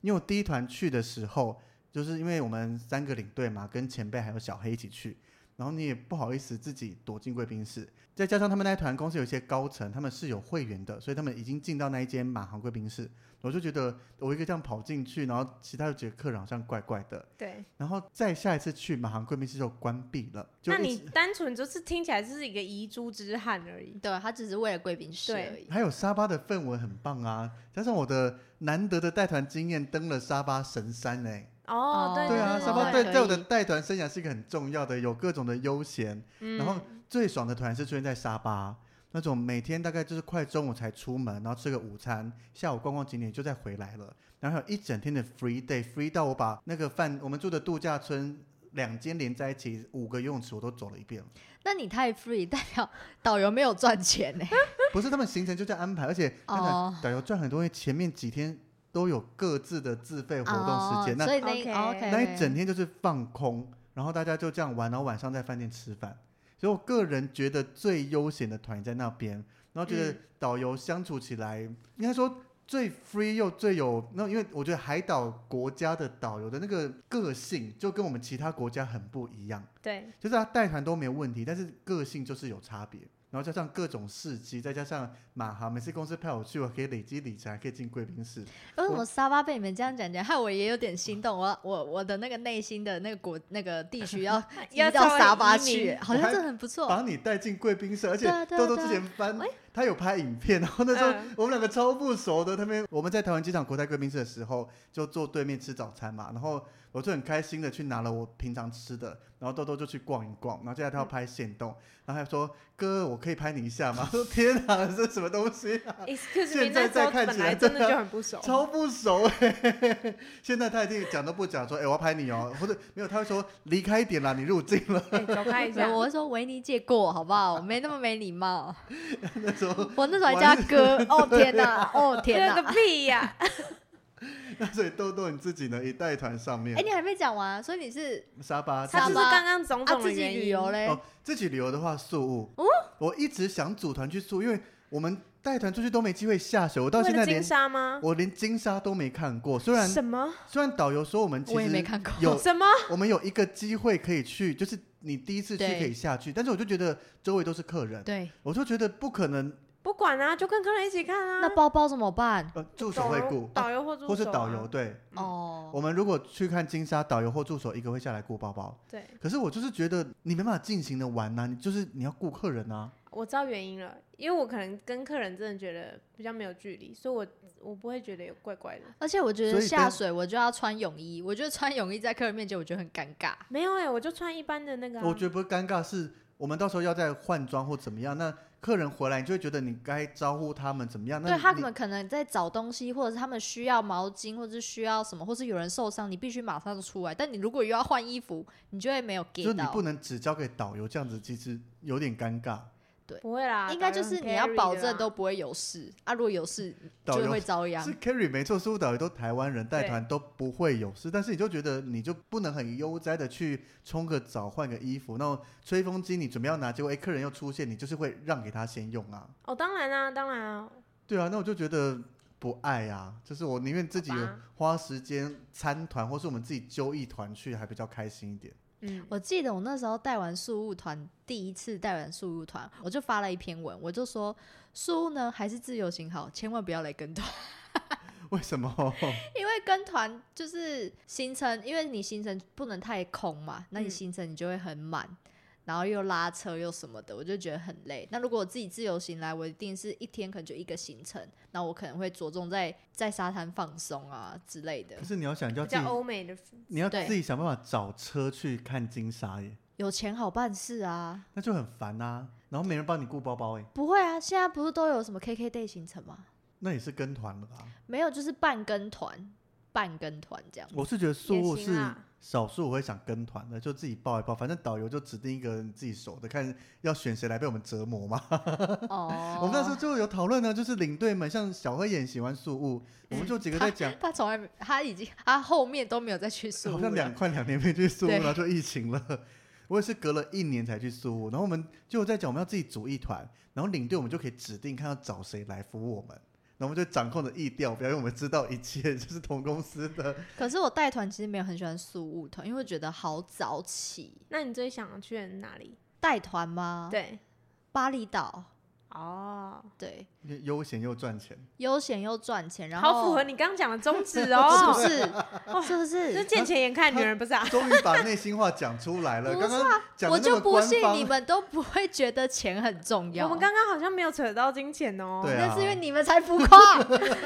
A: 因为我第一团去的时候，就是因为我们三个领队嘛，跟前辈还有小黑一起去，然后你也不好意思自己躲进贵宾室，再加上他们那一团公司有一些高层，他们是有会员的，所以他们已经进到那一间马航贵宾室，我就觉得我一个这样跑进去，然后其他有几个客人好像怪怪的，
C: 对。
A: 然后再下一次去马航贵宾室就关闭了，就
C: 那
A: 一
C: 你
A: 直
C: 单纯就是听起来就是一个遗珠之憾而已。
B: 对他只是为了贵宾室
C: 对
B: 而已。
A: 还有沙巴的氛围很棒啊，加上我的难得的带团经验，登了沙巴神山哎、
C: 哦，对
A: 对啊，
B: 对
A: 沙巴
B: 对
A: 在
B: 可
A: 在我的
B: 以
A: 带团生涯是一个很重要的，有各种的悠闲，
C: 嗯
A: 然后最爽的团是出现在沙巴，那种每天大概就是快中午才出门，然后吃个午餐，下午逛逛景点就再回来了，然后还有一整天的 free day，free 到我把那个饭我们住的度假村两间连在一起，五个游泳池我都走了一遍了。
B: 那你太 free，代表导游没有赚钱欸呢、
A: 不是他们行程就这样安排，而且那
B: 哦
A: 团导游赚很多，因为前面几天都有各自的自费活动时间，
B: 哦、所
A: 那
B: 以那
C: OK
B: 哦 OK，
A: 那一整天就是放空，然后大家就这样玩，然后晚上在饭店吃饭。所以我个人觉得最悠闲的团在那边，然后觉得
C: 嗯
A: 导游相处起来，应该说最 free 又最有那，因为我觉得海岛国家的导游的那个个性就跟我们其他国家很不一样，
C: 对，
A: 就是他带团都没有问题，但是个性就是有差别。然后加上各种事迹，再加上马航，每次公司派我去，我可以累积理财，还可以进贵宾室。
B: 哎为什么沙巴被你们这样讲讲，害我也有点心动。我我我的那个内心的那个国那个地区要移
C: 要
B: 到
C: 稍微
B: 沙巴
C: 移民
B: 去，好
A: 我
B: 像
A: 还
B: 这很不错。
A: 把你带进贵宾室，而且
B: 对啊对啊
A: 豆豆
B: 对
A: 之
B: 啊
A: 前翻
B: 喂，
A: 他有拍影片，然后那时候
C: 嗯
A: 我们两个超不熟的，他们我们在台湾机场国泰贵宾室的时候，就坐对面吃早餐嘛，然后我就很开心的去拿了我平常吃的，然后豆豆就去逛一逛，然后接下来他要拍现动，然后他说哥，我可以拍你一下 吗？我说天啊，这是什么东西啊？
C: Excuse
A: 现
C: me，
A: 在
C: 那时候
A: 再看起
C: 本
A: 来
C: 来真
A: 对
C: 的
A: 啊
C: 就很不熟，
A: 超不熟哎、 现在他已经讲都不讲，说哎、我要拍你哦，或者没有，他会说离开一点啦，你入境了。
C: 哎走开一
B: 没
C: 下
B: 有，。我会说维尼借过好不好？我没那么没礼貌。
A: 那时候
B: 我那时候还叫他哥，哦天哪，哦天 哪
C: 这个！屁呀！
A: 那所以豆豆你自己呢，一带团上面，
B: 哎，你还没讲完啊，所以你是
A: 沙巴
C: 他
B: 沙
C: 就
A: 自
C: 是
A: 己
B: 巴
C: 刚刚种
B: 啊
C: 种的
B: 自己
C: 原因
B: 旅游嘞？
A: 哦，自己旅游的话，宿务。
B: 哦
A: 我一直想组团去宿，因为我们带团出去都没机会下水，我到
C: 为
A: 现
C: 了
A: 在
C: 金
A: 连
C: 沙吗？
A: 我连金沙都没看过。虽然呃
C: 什么
A: 虽然导游说我们其
B: 我也没
A: 实
B: 看过。
A: 有
C: 什么？
A: 我们有一个机会可以去，就是你第一次去
B: 对
A: 可以下去，但是我就觉得周围都是客人，
B: 对，
A: 我就觉得不可能，
C: 不管啊，就跟客人一起看啊。
B: 那包包怎么办？
A: 呃，助手会顾。
C: 导游或助手啊
A: 或是导游，对，
C: 嗯
B: 哦，
A: 我们如果去看金沙，导游或助手一个会下来顾包包。
C: 对，
A: 可是我就是觉得你没办法尽情的玩呐、你就是你要顾客人啊。
C: 我知道原因了，因为我可能跟客人真的觉得比较没有距离，所以我我不会觉得有怪怪的。
B: 而且我觉
A: 所
B: 得
A: 以
B: 下
A: 跟
B: 水我就要穿泳衣，我觉得穿泳衣在客人面前我觉得很尴尬。
C: 没有哎、我就穿一般的那个、啊。
A: 我觉得不是尴尬，是我们到时候要再换装或怎么样，那客人回来你就会觉得你该招呼他们怎么样？那
B: 对他
A: 你
B: 们可能在找东西，或者是他们需要毛巾，或者是需要什么，或是有人受伤，你必须马上就出来。但你如果又要换衣服，你就会没有
A: 就是
B: get
A: 你
B: 到
A: 不。能只交给导游这样子，其实有点尴尬。
C: 不会啦，
B: 应该就是你要保证都
C: 导游很 carry 的啦
B: 不会有事啊，如果有事
A: 导
B: 就
A: 游
B: 会遭殃
A: 是。carry 没错，苏导游都台湾人带团都不会有事，但是你就觉得你就不能很悠哉的去冲个澡、换个衣服，然后吹风机你准备要拿，结果哎客人又出现，你就是会让给他先用啊。
C: 哦，当然啊，当然啊，
A: 对啊，那我就觉得不爱啊，就是我宁愿自己
C: 好吧
A: 花时间参团，或是我们自己揪一团去，还比较开心一点。
C: 嗯，
B: 我记得我那时候带完宿务团，第一次带完宿务团，我就发了一篇文，我就说宿务呢还是自由行好，千万不要来跟团，
A: 为什么？
B: 因为跟团就是行程，因为你行程不能太空嘛，那你
C: 嗯
B: 行程你就会很满。然后又拉车又什么的，我就觉得很累。那如果我自己自由行来，我一定是一天可能就一个行程，那我可能会着重在在沙滩放松啊之类的
A: 可。是你要想，你就
C: 比
A: 要自己
C: 较，欧美的风
A: 你要
B: 对
A: 自己想办法找车去看金沙耶，
B: 有钱好办事啊，
A: 那就很烦啊。然后没人帮你顾包包哎，
B: 不会啊，现在不是都有什么 KK day 行程吗？
A: 那也是跟团了吧？
B: 没有，就是半跟团，半跟团 这样。
A: 我是觉得宿务
C: 也行
A: 是
C: 啦
A: 少数我会想跟团的，就自己报一报，反正导游就指定一个人自己熟的，看要选谁来被我们折磨嘛。
B: 哦，
A: 我们那时候就有讨论呢，就是领队们像小黑眼喜欢宿务，我们就几个在讲，
B: 他从来没，他已经他后面都没有再去宿
A: 好
B: 务
A: 像
B: 了
A: 两快两年没去宿务，
B: 对
A: 然后就疫情了。 我也是隔了一年才去宿务，然后我们就在讲我们要自己组一团，然后领队我们就可以指定看要找谁来服务我们，然后我们就掌控着意调，表演我们知道一切，就是同公司的。
B: 可是我带团其实没有很喜欢宿务团，因为觉得好早起。
C: 那你最想去的哪里？
B: 带团吗？，
C: 对，
B: 巴厘岛，
C: 哦，
B: 对，
A: 悠闲又赚钱，
B: 悠闲又赚钱，然后
C: 好符合你刚刚讲的 宗旨
B: 是不
C: 哦，
B: 是？ 是不
C: 这
B: 是？
C: 见钱眼开的女人不是 啊？
A: 终于把内心话讲出来了。
B: 不是
A: 刚
B: 啊
A: 刚讲
B: 我
A: 的那
B: 就
A: 么
B: 不
A: 官
B: 信
A: 方
B: 你，们都不会觉得钱很重要。
C: 我们刚刚好像没有扯到金钱哦，
A: 对啊
B: 那是因为你们才浮 夸，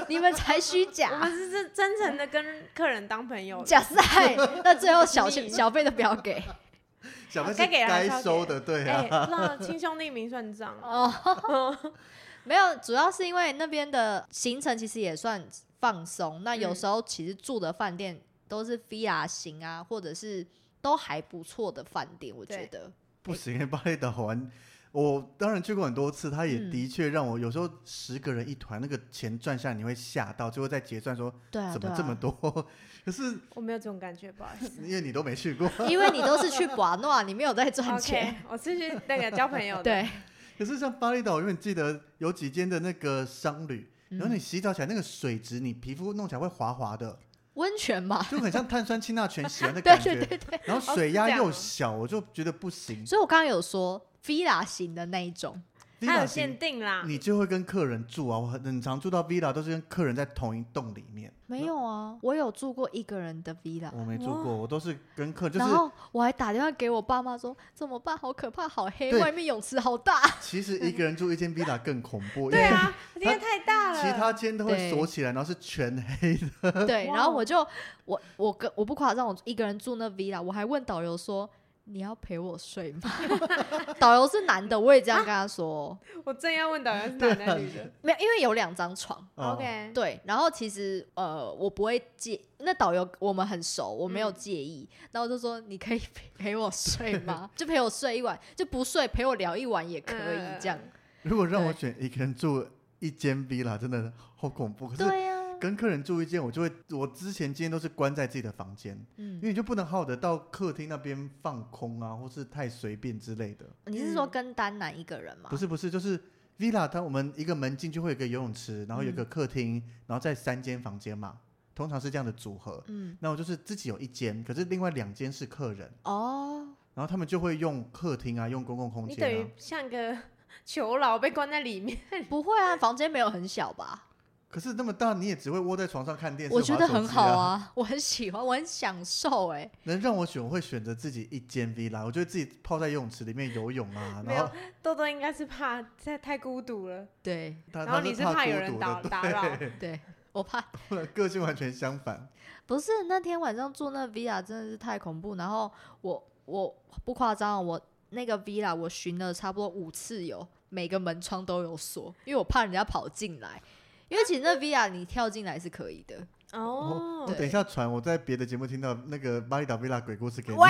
B: 你们才虚
C: 我
B: 假
C: 们。是真真诚的跟客人当朋友的，
B: 假 赛，那最后小
C: 你
B: 小费都不要给，
A: 小费是
C: 该给的还是
A: 该
C: 要
A: 收
C: 给
A: 的，对啊。
C: 哎，那亲兄弟明算账
B: 哦。 没有，主要是因为那边的行程其实也算放松。
A: 嗯
B: 那有时候其实住的饭店都是 VR 型啊，或者是都还不错的饭店，我觉
C: 对
B: 得。
A: 不行，巴厘岛玩，我当然去过很多次，它也
B: 嗯
A: 的确让我有时候十个人一团，那个钱赚下来你会吓到，就会在结算说
B: 对啊，
A: 怎
B: 对
A: 么
B: 啊
A: 这么多， 可是
C: 我没有这种感觉，不好意思。
A: 因为你都没去 过，
B: 因为你都是去瓦诺，你没有在赚
C: OK，
B: 钱。
C: 我是去那个交朋友的。
B: 对，
A: 可是像巴厘岛，我永远记得有几间的那个商旅，然后你洗澡起来那个水质，你皮肤弄起来会滑滑的，
B: 温泉吧，
A: 就很像碳酸氢钠泉洗完的
B: 对
A: 感觉。
B: 对对对。
A: 然后水
C: 是
A: 压
C: 这样
A: 又
C: 哦
A: 小，我就觉得不行。
B: 所以我刚刚有说 villa 型的那一种，
C: 它
A: Villa 型
C: 有限定啦。
A: 你就会跟客人住啊，我很很常住到 villa 都是跟客人在同一栋里面。
B: 没有
A: 嗯
B: 啊，我有住过一个人的 villa，
A: 我没住
C: 哇
A: 过，我都是跟客人，就
B: 然
A: 是
B: 后我还打电话给我爸妈说怎么办，好可怕，好黑，
A: 对
B: 外面泳池好大。
A: 其实一个人住一间 villa 更恐怖，
C: 对啊，
A: 因为
C: 今天太大
A: 因
C: 了。
A: 为其他间都会
B: 对
A: 锁起来，然后是全黑的。
B: 对，
C: 哇
B: 然后
C: 哦
B: 我就我我跟我不夸张，我一个人住那 villa，我还问导游说。你要陪我睡吗？ 导游是男的，我也这样跟他说，哦
C: 我正要问导游是男的还是女的。
B: 没有，因为有两张床，
A: 啊哦
C: OK，
B: 对，然后其实呃，我不会介，那导游我们很熟，我没有
C: 嗯
B: 介意。然后我就说你可以 陪陪 我睡吗？就陪我睡一晚，就不睡陪我聊一晚也可以
C: 嗯
B: 这样。
A: 如果让我
B: 对
A: 选一个人住一间 villa，真的好恐嗯怖。可是
B: 对啊呀、
A: 跟客人住一间，我就会，我之前今天都是关在自己的房间，因
B: 嗯，
A: 为你就不能好好的到客厅那边放空啊，或是太随便之类的。
B: 你是说
C: 嗯
B: 跟单男一个人吗？
A: 不是不是，就是 villa 它我们一个门进去会有一个游泳池，然后
B: 嗯
A: 有一个客厅，然后再三间房间嘛，通常是这样的组合。
B: 嗯，
A: 那我就是自己有一间，可是另外两间是客人，
B: 哦，
A: 然后他们就会用客厅啊，用公共空
C: 你等
A: 间啊
C: 于。像个 囚牢被关在里面。
B: 不会啊，房间没有很小吧？
A: 可是那么大，你也只会窝在床上看电视、
B: 我觉
A: 滑
B: 得
A: 手
B: 很
A: 机
B: 好
A: 啊。
B: 啊， 我很喜欢，我很享受哎、
A: 能让我选，我会选择自己一间 villa，我就会自己泡在游泳池里面游泳啊，
C: 没有
A: 然后
C: 豆豆应该是怕太太孤独了，
B: 对
A: 他
C: 然后
A: 他
C: 你是
A: 怕
C: 怕
A: 孤
C: 有人
A: 独
C: 打
A: 的，
C: 打扰。嗯
B: 对，我怕
A: 我的 个性完全相反。
B: 不是那天晚上住那 villa 真的是太恐怖，然后我我不夸张，啊我那个 villa 我巡了差不多五次有，每个门窗都有锁，因为我怕人家跑进来。因为其实那 villa 你跳进来是可以 的。
A: 我
C: 哦
A: 我，
B: 对
A: 等一下传我在别的节目听到那个巴厘岛 villa 鬼故事给你。
B: 喂，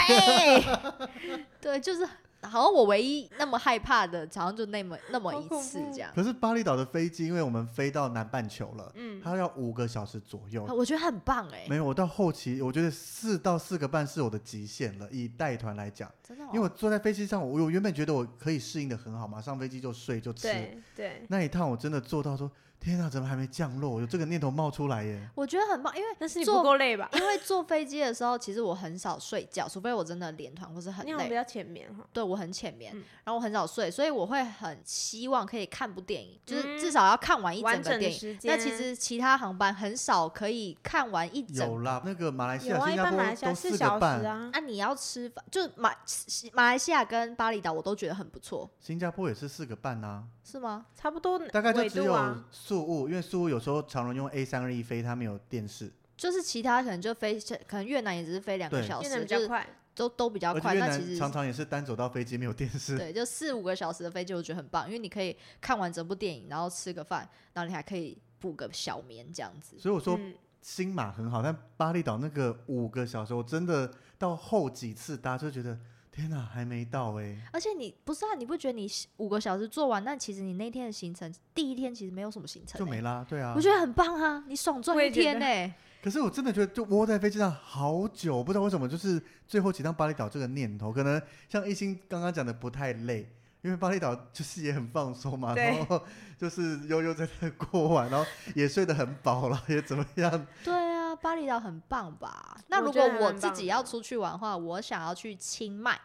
B: 对，就是好像我唯一那么害怕的，好像就那么那么
C: 好
B: 一
C: 恐
B: 次
C: 怖
B: 这样。
A: 可是巴厘岛的飞机，因为我们飞到南半球了，
C: 嗯，
A: 它要五个小时左右
B: 啊。我觉得很棒哎、
A: 没有，我到后期我觉得四到四个半是我的极限了，以带团来讲。
B: 真的、哦，
A: 因为我坐在飞机上，我我原本觉得我可以适应的很好嘛，上飞机就睡就吃。
C: 对对，
A: 那一趟我真的做到说，天啊，怎么还没降落？我有这个念头冒出来耶。
B: 我觉得很棒，因为
C: 那是你
B: 坐
C: 不够累吧？
B: 因为坐飞机的时候，其实我很少睡觉，除非我真的连团或是很
C: 你好
B: 累
C: 像比。较浅眠哈。
B: 对我很浅眠，
C: 嗯
B: 然后我很少睡，所以我会很希望可以看部电影，就是
C: 嗯
B: 至少要看完一
C: 完
B: 整个
C: 整的
B: 电影。
C: 时间，
B: 那其实其他航班很少可以看完一
A: 有
B: 整。
A: 啦，那个马来西
C: 有
A: 亚、
C: 啊，
A: 哎新
C: 一
A: 加
C: 般
A: 坡
C: 马来西
A: 都
C: 亚四
A: 四
C: 小
A: 个
C: 时
A: 半，
C: 啊，
B: 那、你要吃饭，就马西马来西亚跟巴厘岛我都觉得很不错，
A: 新加坡也是四个半啊，
B: 是吗？
C: 差不多
A: 大概就
C: 纬
A: 只
C: 度
A: 有
C: 啊。
A: 宿务，因为宿务有时候常人用 A 三二一飞，它没有电视，
B: 就是其他可能就飞，可能越南也只是飞两个
A: 对
B: 小
C: 越南
B: 时，
C: 比
B: 哦就
C: 较
B: 是
C: 快，
B: 都都比较
A: 而且
B: 快。
A: 越
B: 那其
A: 南
B: 实
A: 常常也是单走到飞机没有电视。
B: 对，就四五个小时的飞机，我觉得很棒，因为你可以看完整部电影，然后吃个饭，然后你还可以补个小眠这样子。
A: 所以我说
C: 嗯
A: 新马很好，但巴厘岛那个五个小时，我真的到后几次搭就觉得天哪，还没到哎、
B: 而且你不是啊？你不觉得你五个小时做完，但其实你那天的行程，第一天其实没有什么行程、
A: 就没
B: 了、
A: 啦。对啊
B: 我，觉得很棒啊，你爽赚
C: 我
B: 一
C: 也觉
B: 天欸
C: 得
B: 呢、
A: 可是我真的觉得就窝在飞机上好久，我不知道为什么，就是最后几趟巴厘岛这个念头，可能像一心刚刚讲的不太累。因为巴厘岛就是也很放松嘛，
C: 对
A: 然后就是悠悠在那过完，然后也睡得很饱了，也怎么样？
B: 对啊，巴厘岛很棒吧？那
C: 我
B: 如
C: 觉
B: 果
C: 得还
B: 我
C: 蛮
B: 自
C: 棒啊
B: 己
C: 的
B: 要出去玩的话，我想要去清迈，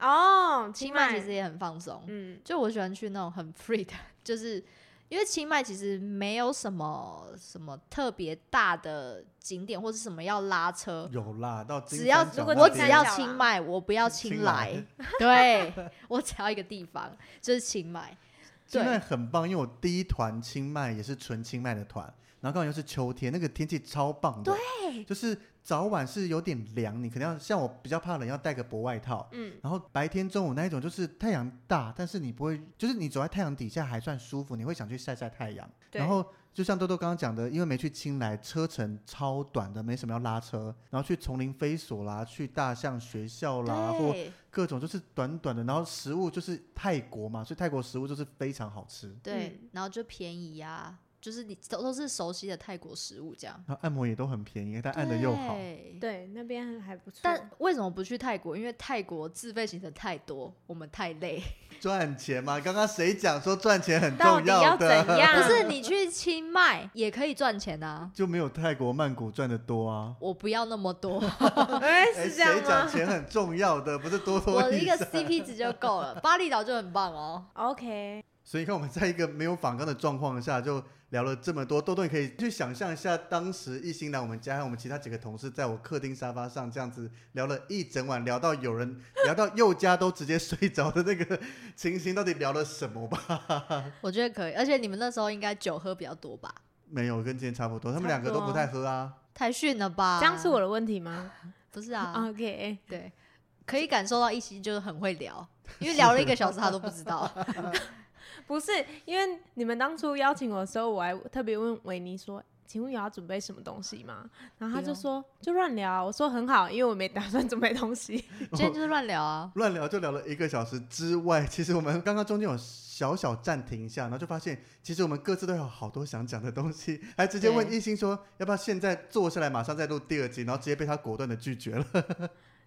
C: 哦，
B: 清
C: 清
B: 迈
C: 迈
B: 其实也很放松。
C: 嗯，
B: 就我喜欢去那种很 free 的， 就是因为清迈其实没有什么什么特别大的景点或是什么要拉车，
A: 有啦，到金
B: 只要
A: 三角
C: 如果
A: 那
B: 我
C: 金
B: 只
A: 边
C: 三
B: 要
C: 角
B: 清
C: 啊
B: 迈，我不要清
A: 清
B: 莱
A: 莱。
B: 对 我只要一个地方，就是清迈。
A: 清迈
B: 对，
A: 很棒，因为我第一团清迈也是纯清迈的团，然后刚好又是秋天，那个天气超棒的。对，就是早晚是有点凉，你可能要像我比较怕冷，要带个薄外套。
C: 嗯，
A: 然后白天中午那一种就是太阳大，但是你不会，就是你走在太阳底下还算舒服，你会想去晒晒太阳。
C: 对
A: 然后就像豆豆刚刚讲的，因为没去清莱，车程超短的，没什么要拉车，然后去丛林飞索啦，去大象学校啦，或
B: 对
A: 各种就是短短的，然后食物就是泰国嘛，所以泰国食物就是非常好吃。
B: 对
C: 嗯，
B: 然后就便宜啊，就是你都都是熟悉的泰国食物这样。
A: 然后按摩也都很便宜，但按的又好。
B: 对
C: 对，那边还不错。
B: 但为什么不去泰国？因为泰国自费行程太多，我们太累。
A: 赚钱嘛，刚刚谁讲说赚钱很
C: 到
A: 重
C: 底要
A: 的？
C: 怎样？
B: 不是你去清迈也可以赚钱啊，
A: 就没有泰国曼谷赚的多啊。
B: 我不要那么 多，哦
A: 哎，
C: 哎、是这
A: 谁
C: 样
A: 讲
C: 吗
A: 钱很重要的，不是多
B: 我
A: 多
B: 的一
A: 益
B: 个
A: 善。
B: CP 值就够了，巴厘岛就很棒哦。
C: ？OK，
A: 所以你看，我们在一个没有访纲的状况下，就聊了这么多。豆豆，你可以去想象一下，当时一心来我们家，还有我们其他几个同事，在我客厅沙发上这样子聊了一整晚，聊到有人 聊到佑家都直接睡着的那个情形，到底聊了什么吧？
B: 我觉得可以，而且你们那时候应该酒喝比较多吧？
A: 没有，跟今天差不多，他们
C: 差
A: 两
C: 不
A: 个都
C: 多
A: 不太喝啊。
B: 太逊了吧？
C: 这样是我，的问题吗、
B: 不是啊，
C: o k
B: 对，可以感受到一心就是很会聊，因为聊了一个小时他都不 知道。
C: 不是因为你们当初邀请我的时候，我还特别问维尼说。请问有要准备什么东西吗？然后他
B: 不
C: 就
B: 用
C: 说就乱聊啊，我说很好，因为我没打算准备东西。
B: 今天就是乱聊啊，
A: 乱聊就聊了一个小时之外，其实我们刚刚中间有小小暂停一下，然后就发现其实我们各自都有好多想讲的东西，还直接问
B: 对
A: 一心说要不要现在坐下来马上再录第二集，然后直接被他果断的拒绝了。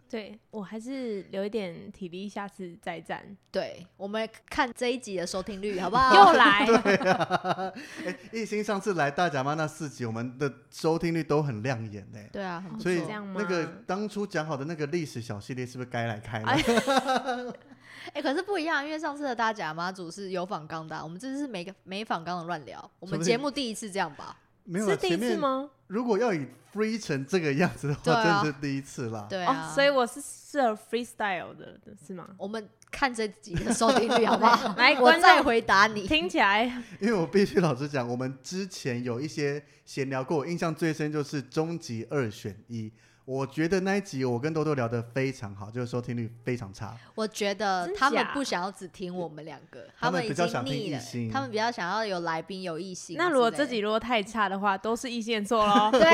C: 对我还是留一点体力，下次再战。
B: 对，我们看这一集的收听率好不好？
C: 又来，
A: 哎，艺兴上次来大甲妈那四集，我们的收听率都很亮眼呢、
B: 对啊，很不
A: 所以
C: 哦这
B: 错
C: 样吗
A: 那个当初讲好的那个历史小系列，是不是该来开了？
C: 哎
B: 哎、可是不一样，因为上次的大甲妈祖是有仿纲的啊、我们这次是没没仿纲的乱聊。我
A: 说
B: 们
A: 不定
B: 节目第一次这样吧？
A: 没有、啊，
C: 是第一
A: 前
C: 次
A: 面
C: 吗？
A: 如果要以 free 成这个样子的话，
B: 对啊
A: 真的是第一次啦。
B: 对啊，
C: 哦，所以我是适合 freestyle 的，是吗？
B: 我们看这集的收听 率好不好？
C: 来
B: 我
C: 观
B: 再
C: 众
B: 回答你。
C: 听 起来
A: 因为我必须老实讲，我们之前有一些闲聊过，我印象最深就是终极二选一。我觉得那一集我跟豆豆聊得非常好，就是收听率非常差。
B: 我觉得
C: 真
B: 他们
C: 假嗯
B: 不想要只听我们两个，
A: 他们
B: 们已
A: 比较
B: 经
A: 想听
B: 腻
A: 异
B: 了
A: 性，
B: 他们比较想要有来宾有异性之类的。。
C: 那如果自己如果太差的话，都是意见错 喽
B: 对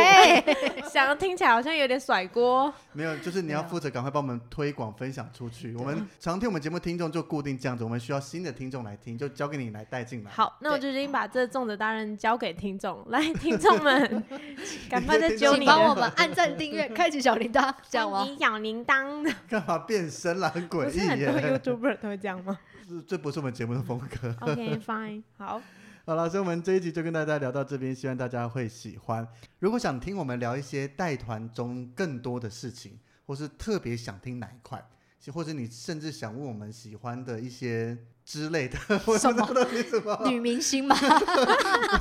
C: 想要听起来好像有点甩锅。
A: 没有，就是你要
B: 没有
A: 负责赶快帮我们推广分享出去。
C: 啊
A: 我们常听我们节目听众就固定这样子，我们需要新的听众来听，就交给你来带 进来。
C: 好，那我就已经把这重责大任交给听众，来，听众们，赶快再揪
B: 请
C: 你
B: 帮我
C: 的
B: 们按赞、订阅、开启小铃铛，这样 吗？
C: 你小铃铛，
A: 干嘛变身啦？很
C: 不
A: 诡
C: 是很
A: 异
C: 多
A: 耶！
C: YouTuber 都会这样吗
A: 这这不是我们节目的风格。
C: ？OK fine，好，
A: 好了，所以我们这一集就跟大家聊到这边，希望大家会喜欢。如果想听我们聊一些带团中更多的事情，或是特别想听哪一块，或者你甚至想问我们喜欢的一些之类的，我
B: 什
A: 不知
B: 么
A: 道到底什么？
B: 女明星嘛，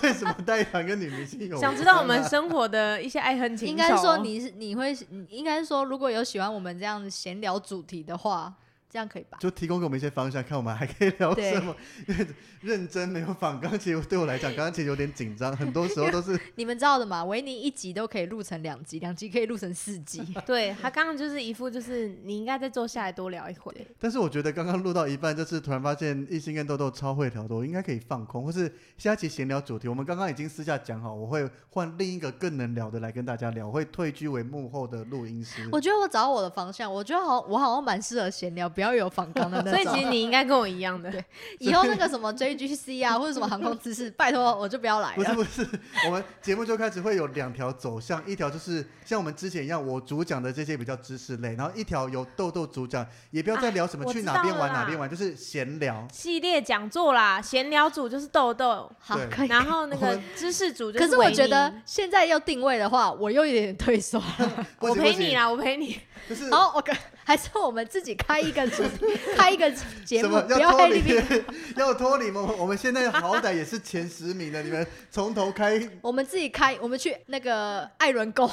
A: 为什么带团跟女明星有？
C: 想知道我们生活的一些爱恨情仇。
B: 应该说
C: 哦
B: 你是你会，你应该说如果有喜欢我们这样闲聊主题的话，这样可以吧？
A: 就提供给我们一些方向，看我们还可以聊
B: 对
A: 什么。因为认真没有仿钢琴，对我来讲，刚刚其实有点紧张，很多时候都 是
B: 你们知道的嘛，维尼一集都可以录成两集，两集可以录成四集。
C: 对他刚刚就是一副就是你应该再坐下来多聊一会，
A: 但是我觉得刚刚录到一半，就是突然发现艺兴跟豆豆超会聊的，我应该可以放空，或是下一期闲聊主题，我们刚刚已经私下讲好，我会换另一个更能聊的来跟大家聊，我会退居为幕后的录音 师。
B: 我觉得我找我的方向，我觉得好，我好像蛮适合闲聊，不要有反 纲的那
C: 所以
B: 种。
C: 其实你应该跟我一样的。
B: 以后那个什么 JGC 啊，或 者什么航空知识，拜托我就不要来
A: 不是
B: 了。
A: 不是，我们节目就开始会有两条走向，一条就是像我们之前一样，我主讲的这些比较知识类，然后一条由豆豆主讲，也不要再聊什么
C: 啊我
A: 去
C: 知
A: 哪边
C: 道
A: 玩
C: 了啦
A: 哪边玩，就是闲聊。
C: 系列讲座啦，闲聊组就是 豆豆，
B: 好
A: 对，
B: 可以。
C: 然后那
A: 我
C: 个
A: 们
C: 知识组就
B: 哎可是
C: 维
B: 我
C: 尼
B: 觉得现在要定位的话，我又有点退缩。
A: 不
C: 我
A: 行
C: 陪
A: 不行
C: 你啦，我陪 你。
A: 就是
B: 然后我跟还是我们自己开一个主 题开一个节
A: 什
B: 目
A: 么，
B: 不
A: 要
B: 要
A: 脱
B: 黑利
A: 离
B: 宾。，
A: 要脱离吗？我们现在好歹也是前十名的，你们从头开，
B: 我们自己开，我们去那个艾 伦沟，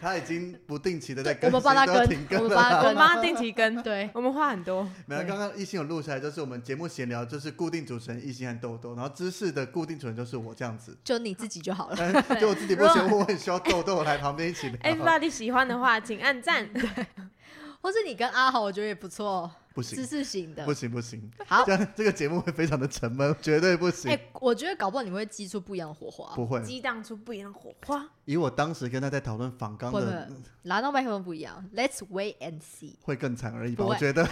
A: 他已经不定期的在
B: 对，
A: 更
B: 我
A: 新，
B: 们帮他
A: 都
B: 跟
A: 要停，
B: 我
A: 更
B: 们
A: 了。
B: 帮他
C: 我
B: 跟。
C: 妈定期 跟，
B: 对，
C: 我们话很多。
A: 没有，
B: 对
A: 刚刚一心有录下来，就是我们节目闲聊，就是固定主持人一心和豆豆，然后知识的固定主持人就是我这样 子。
B: 就你自己就好了。
A: 但是就我自己不行，我很需要豆豆来旁边一起
B: 哎
A: 聊。
C: Everybody 喜欢的话，请按 赞。
B: 或是你跟阿豪，我觉得也不错，
A: 不
B: 知
A: 行，
B: 识型的
A: 不。行，不行，
B: 好，
A: 这样这个节目会非常的沉闷，绝对不行。
B: 哎、我觉得搞不好你会激出不一样的火花，
A: 不会，
C: 激荡出不一样的火花。
A: 以我当时跟他在讨论仿
B: 不
A: 纲
B: 不不
A: 的，
B: 拿到麦克风不一样。Let's wait and see。
A: 会更惨而已吧，
B: 不会
A: 我觉得。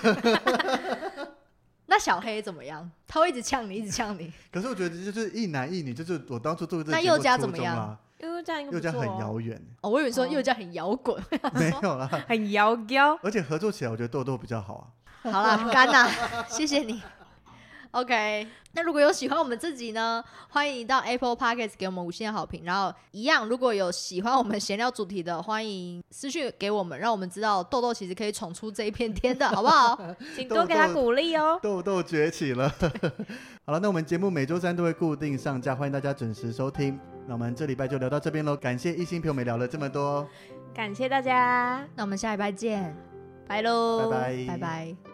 B: 那小黑怎么样？他会一直呛你，一直呛你。
A: 可是我觉得这就是一男一女，就是我当初做这个
B: 那
A: 节目
B: 佑嘉
A: 初
B: 怎么
A: 衷
B: 样
A: 啦？
C: 又这样一个
A: 又
C: 不
A: 加
C: 错
A: 很
C: 哦，
A: 遥 远，
B: 哦，我以为说
C: 哦
B: 又叫很摇滚，
A: 没有啦。
C: 很摇高。
A: 而且合作起来，我觉得豆豆比较好啊。
B: 好啦，干啦，谢谢你。OK，那如果有喜欢我们自己呢，欢迎到 Apple Podcast 给我们五星的好评。然后一样，如果有喜欢我们闲聊主题的，欢迎私讯给我们，让我们知道豆豆其实可以闯出这一片天的，好不好？
C: 请多给他鼓励哦。
A: 豆豆崛起了。 好了，那我们节目每周三都会固定上架，欢迎大家准时收听。那我们这礼拜就聊到这边喽，感谢一心陪我们聊了这么多，
C: 感谢大家，
B: 那我们下礼拜见，
C: 拜喽，
A: 拜拜，
B: 拜拜。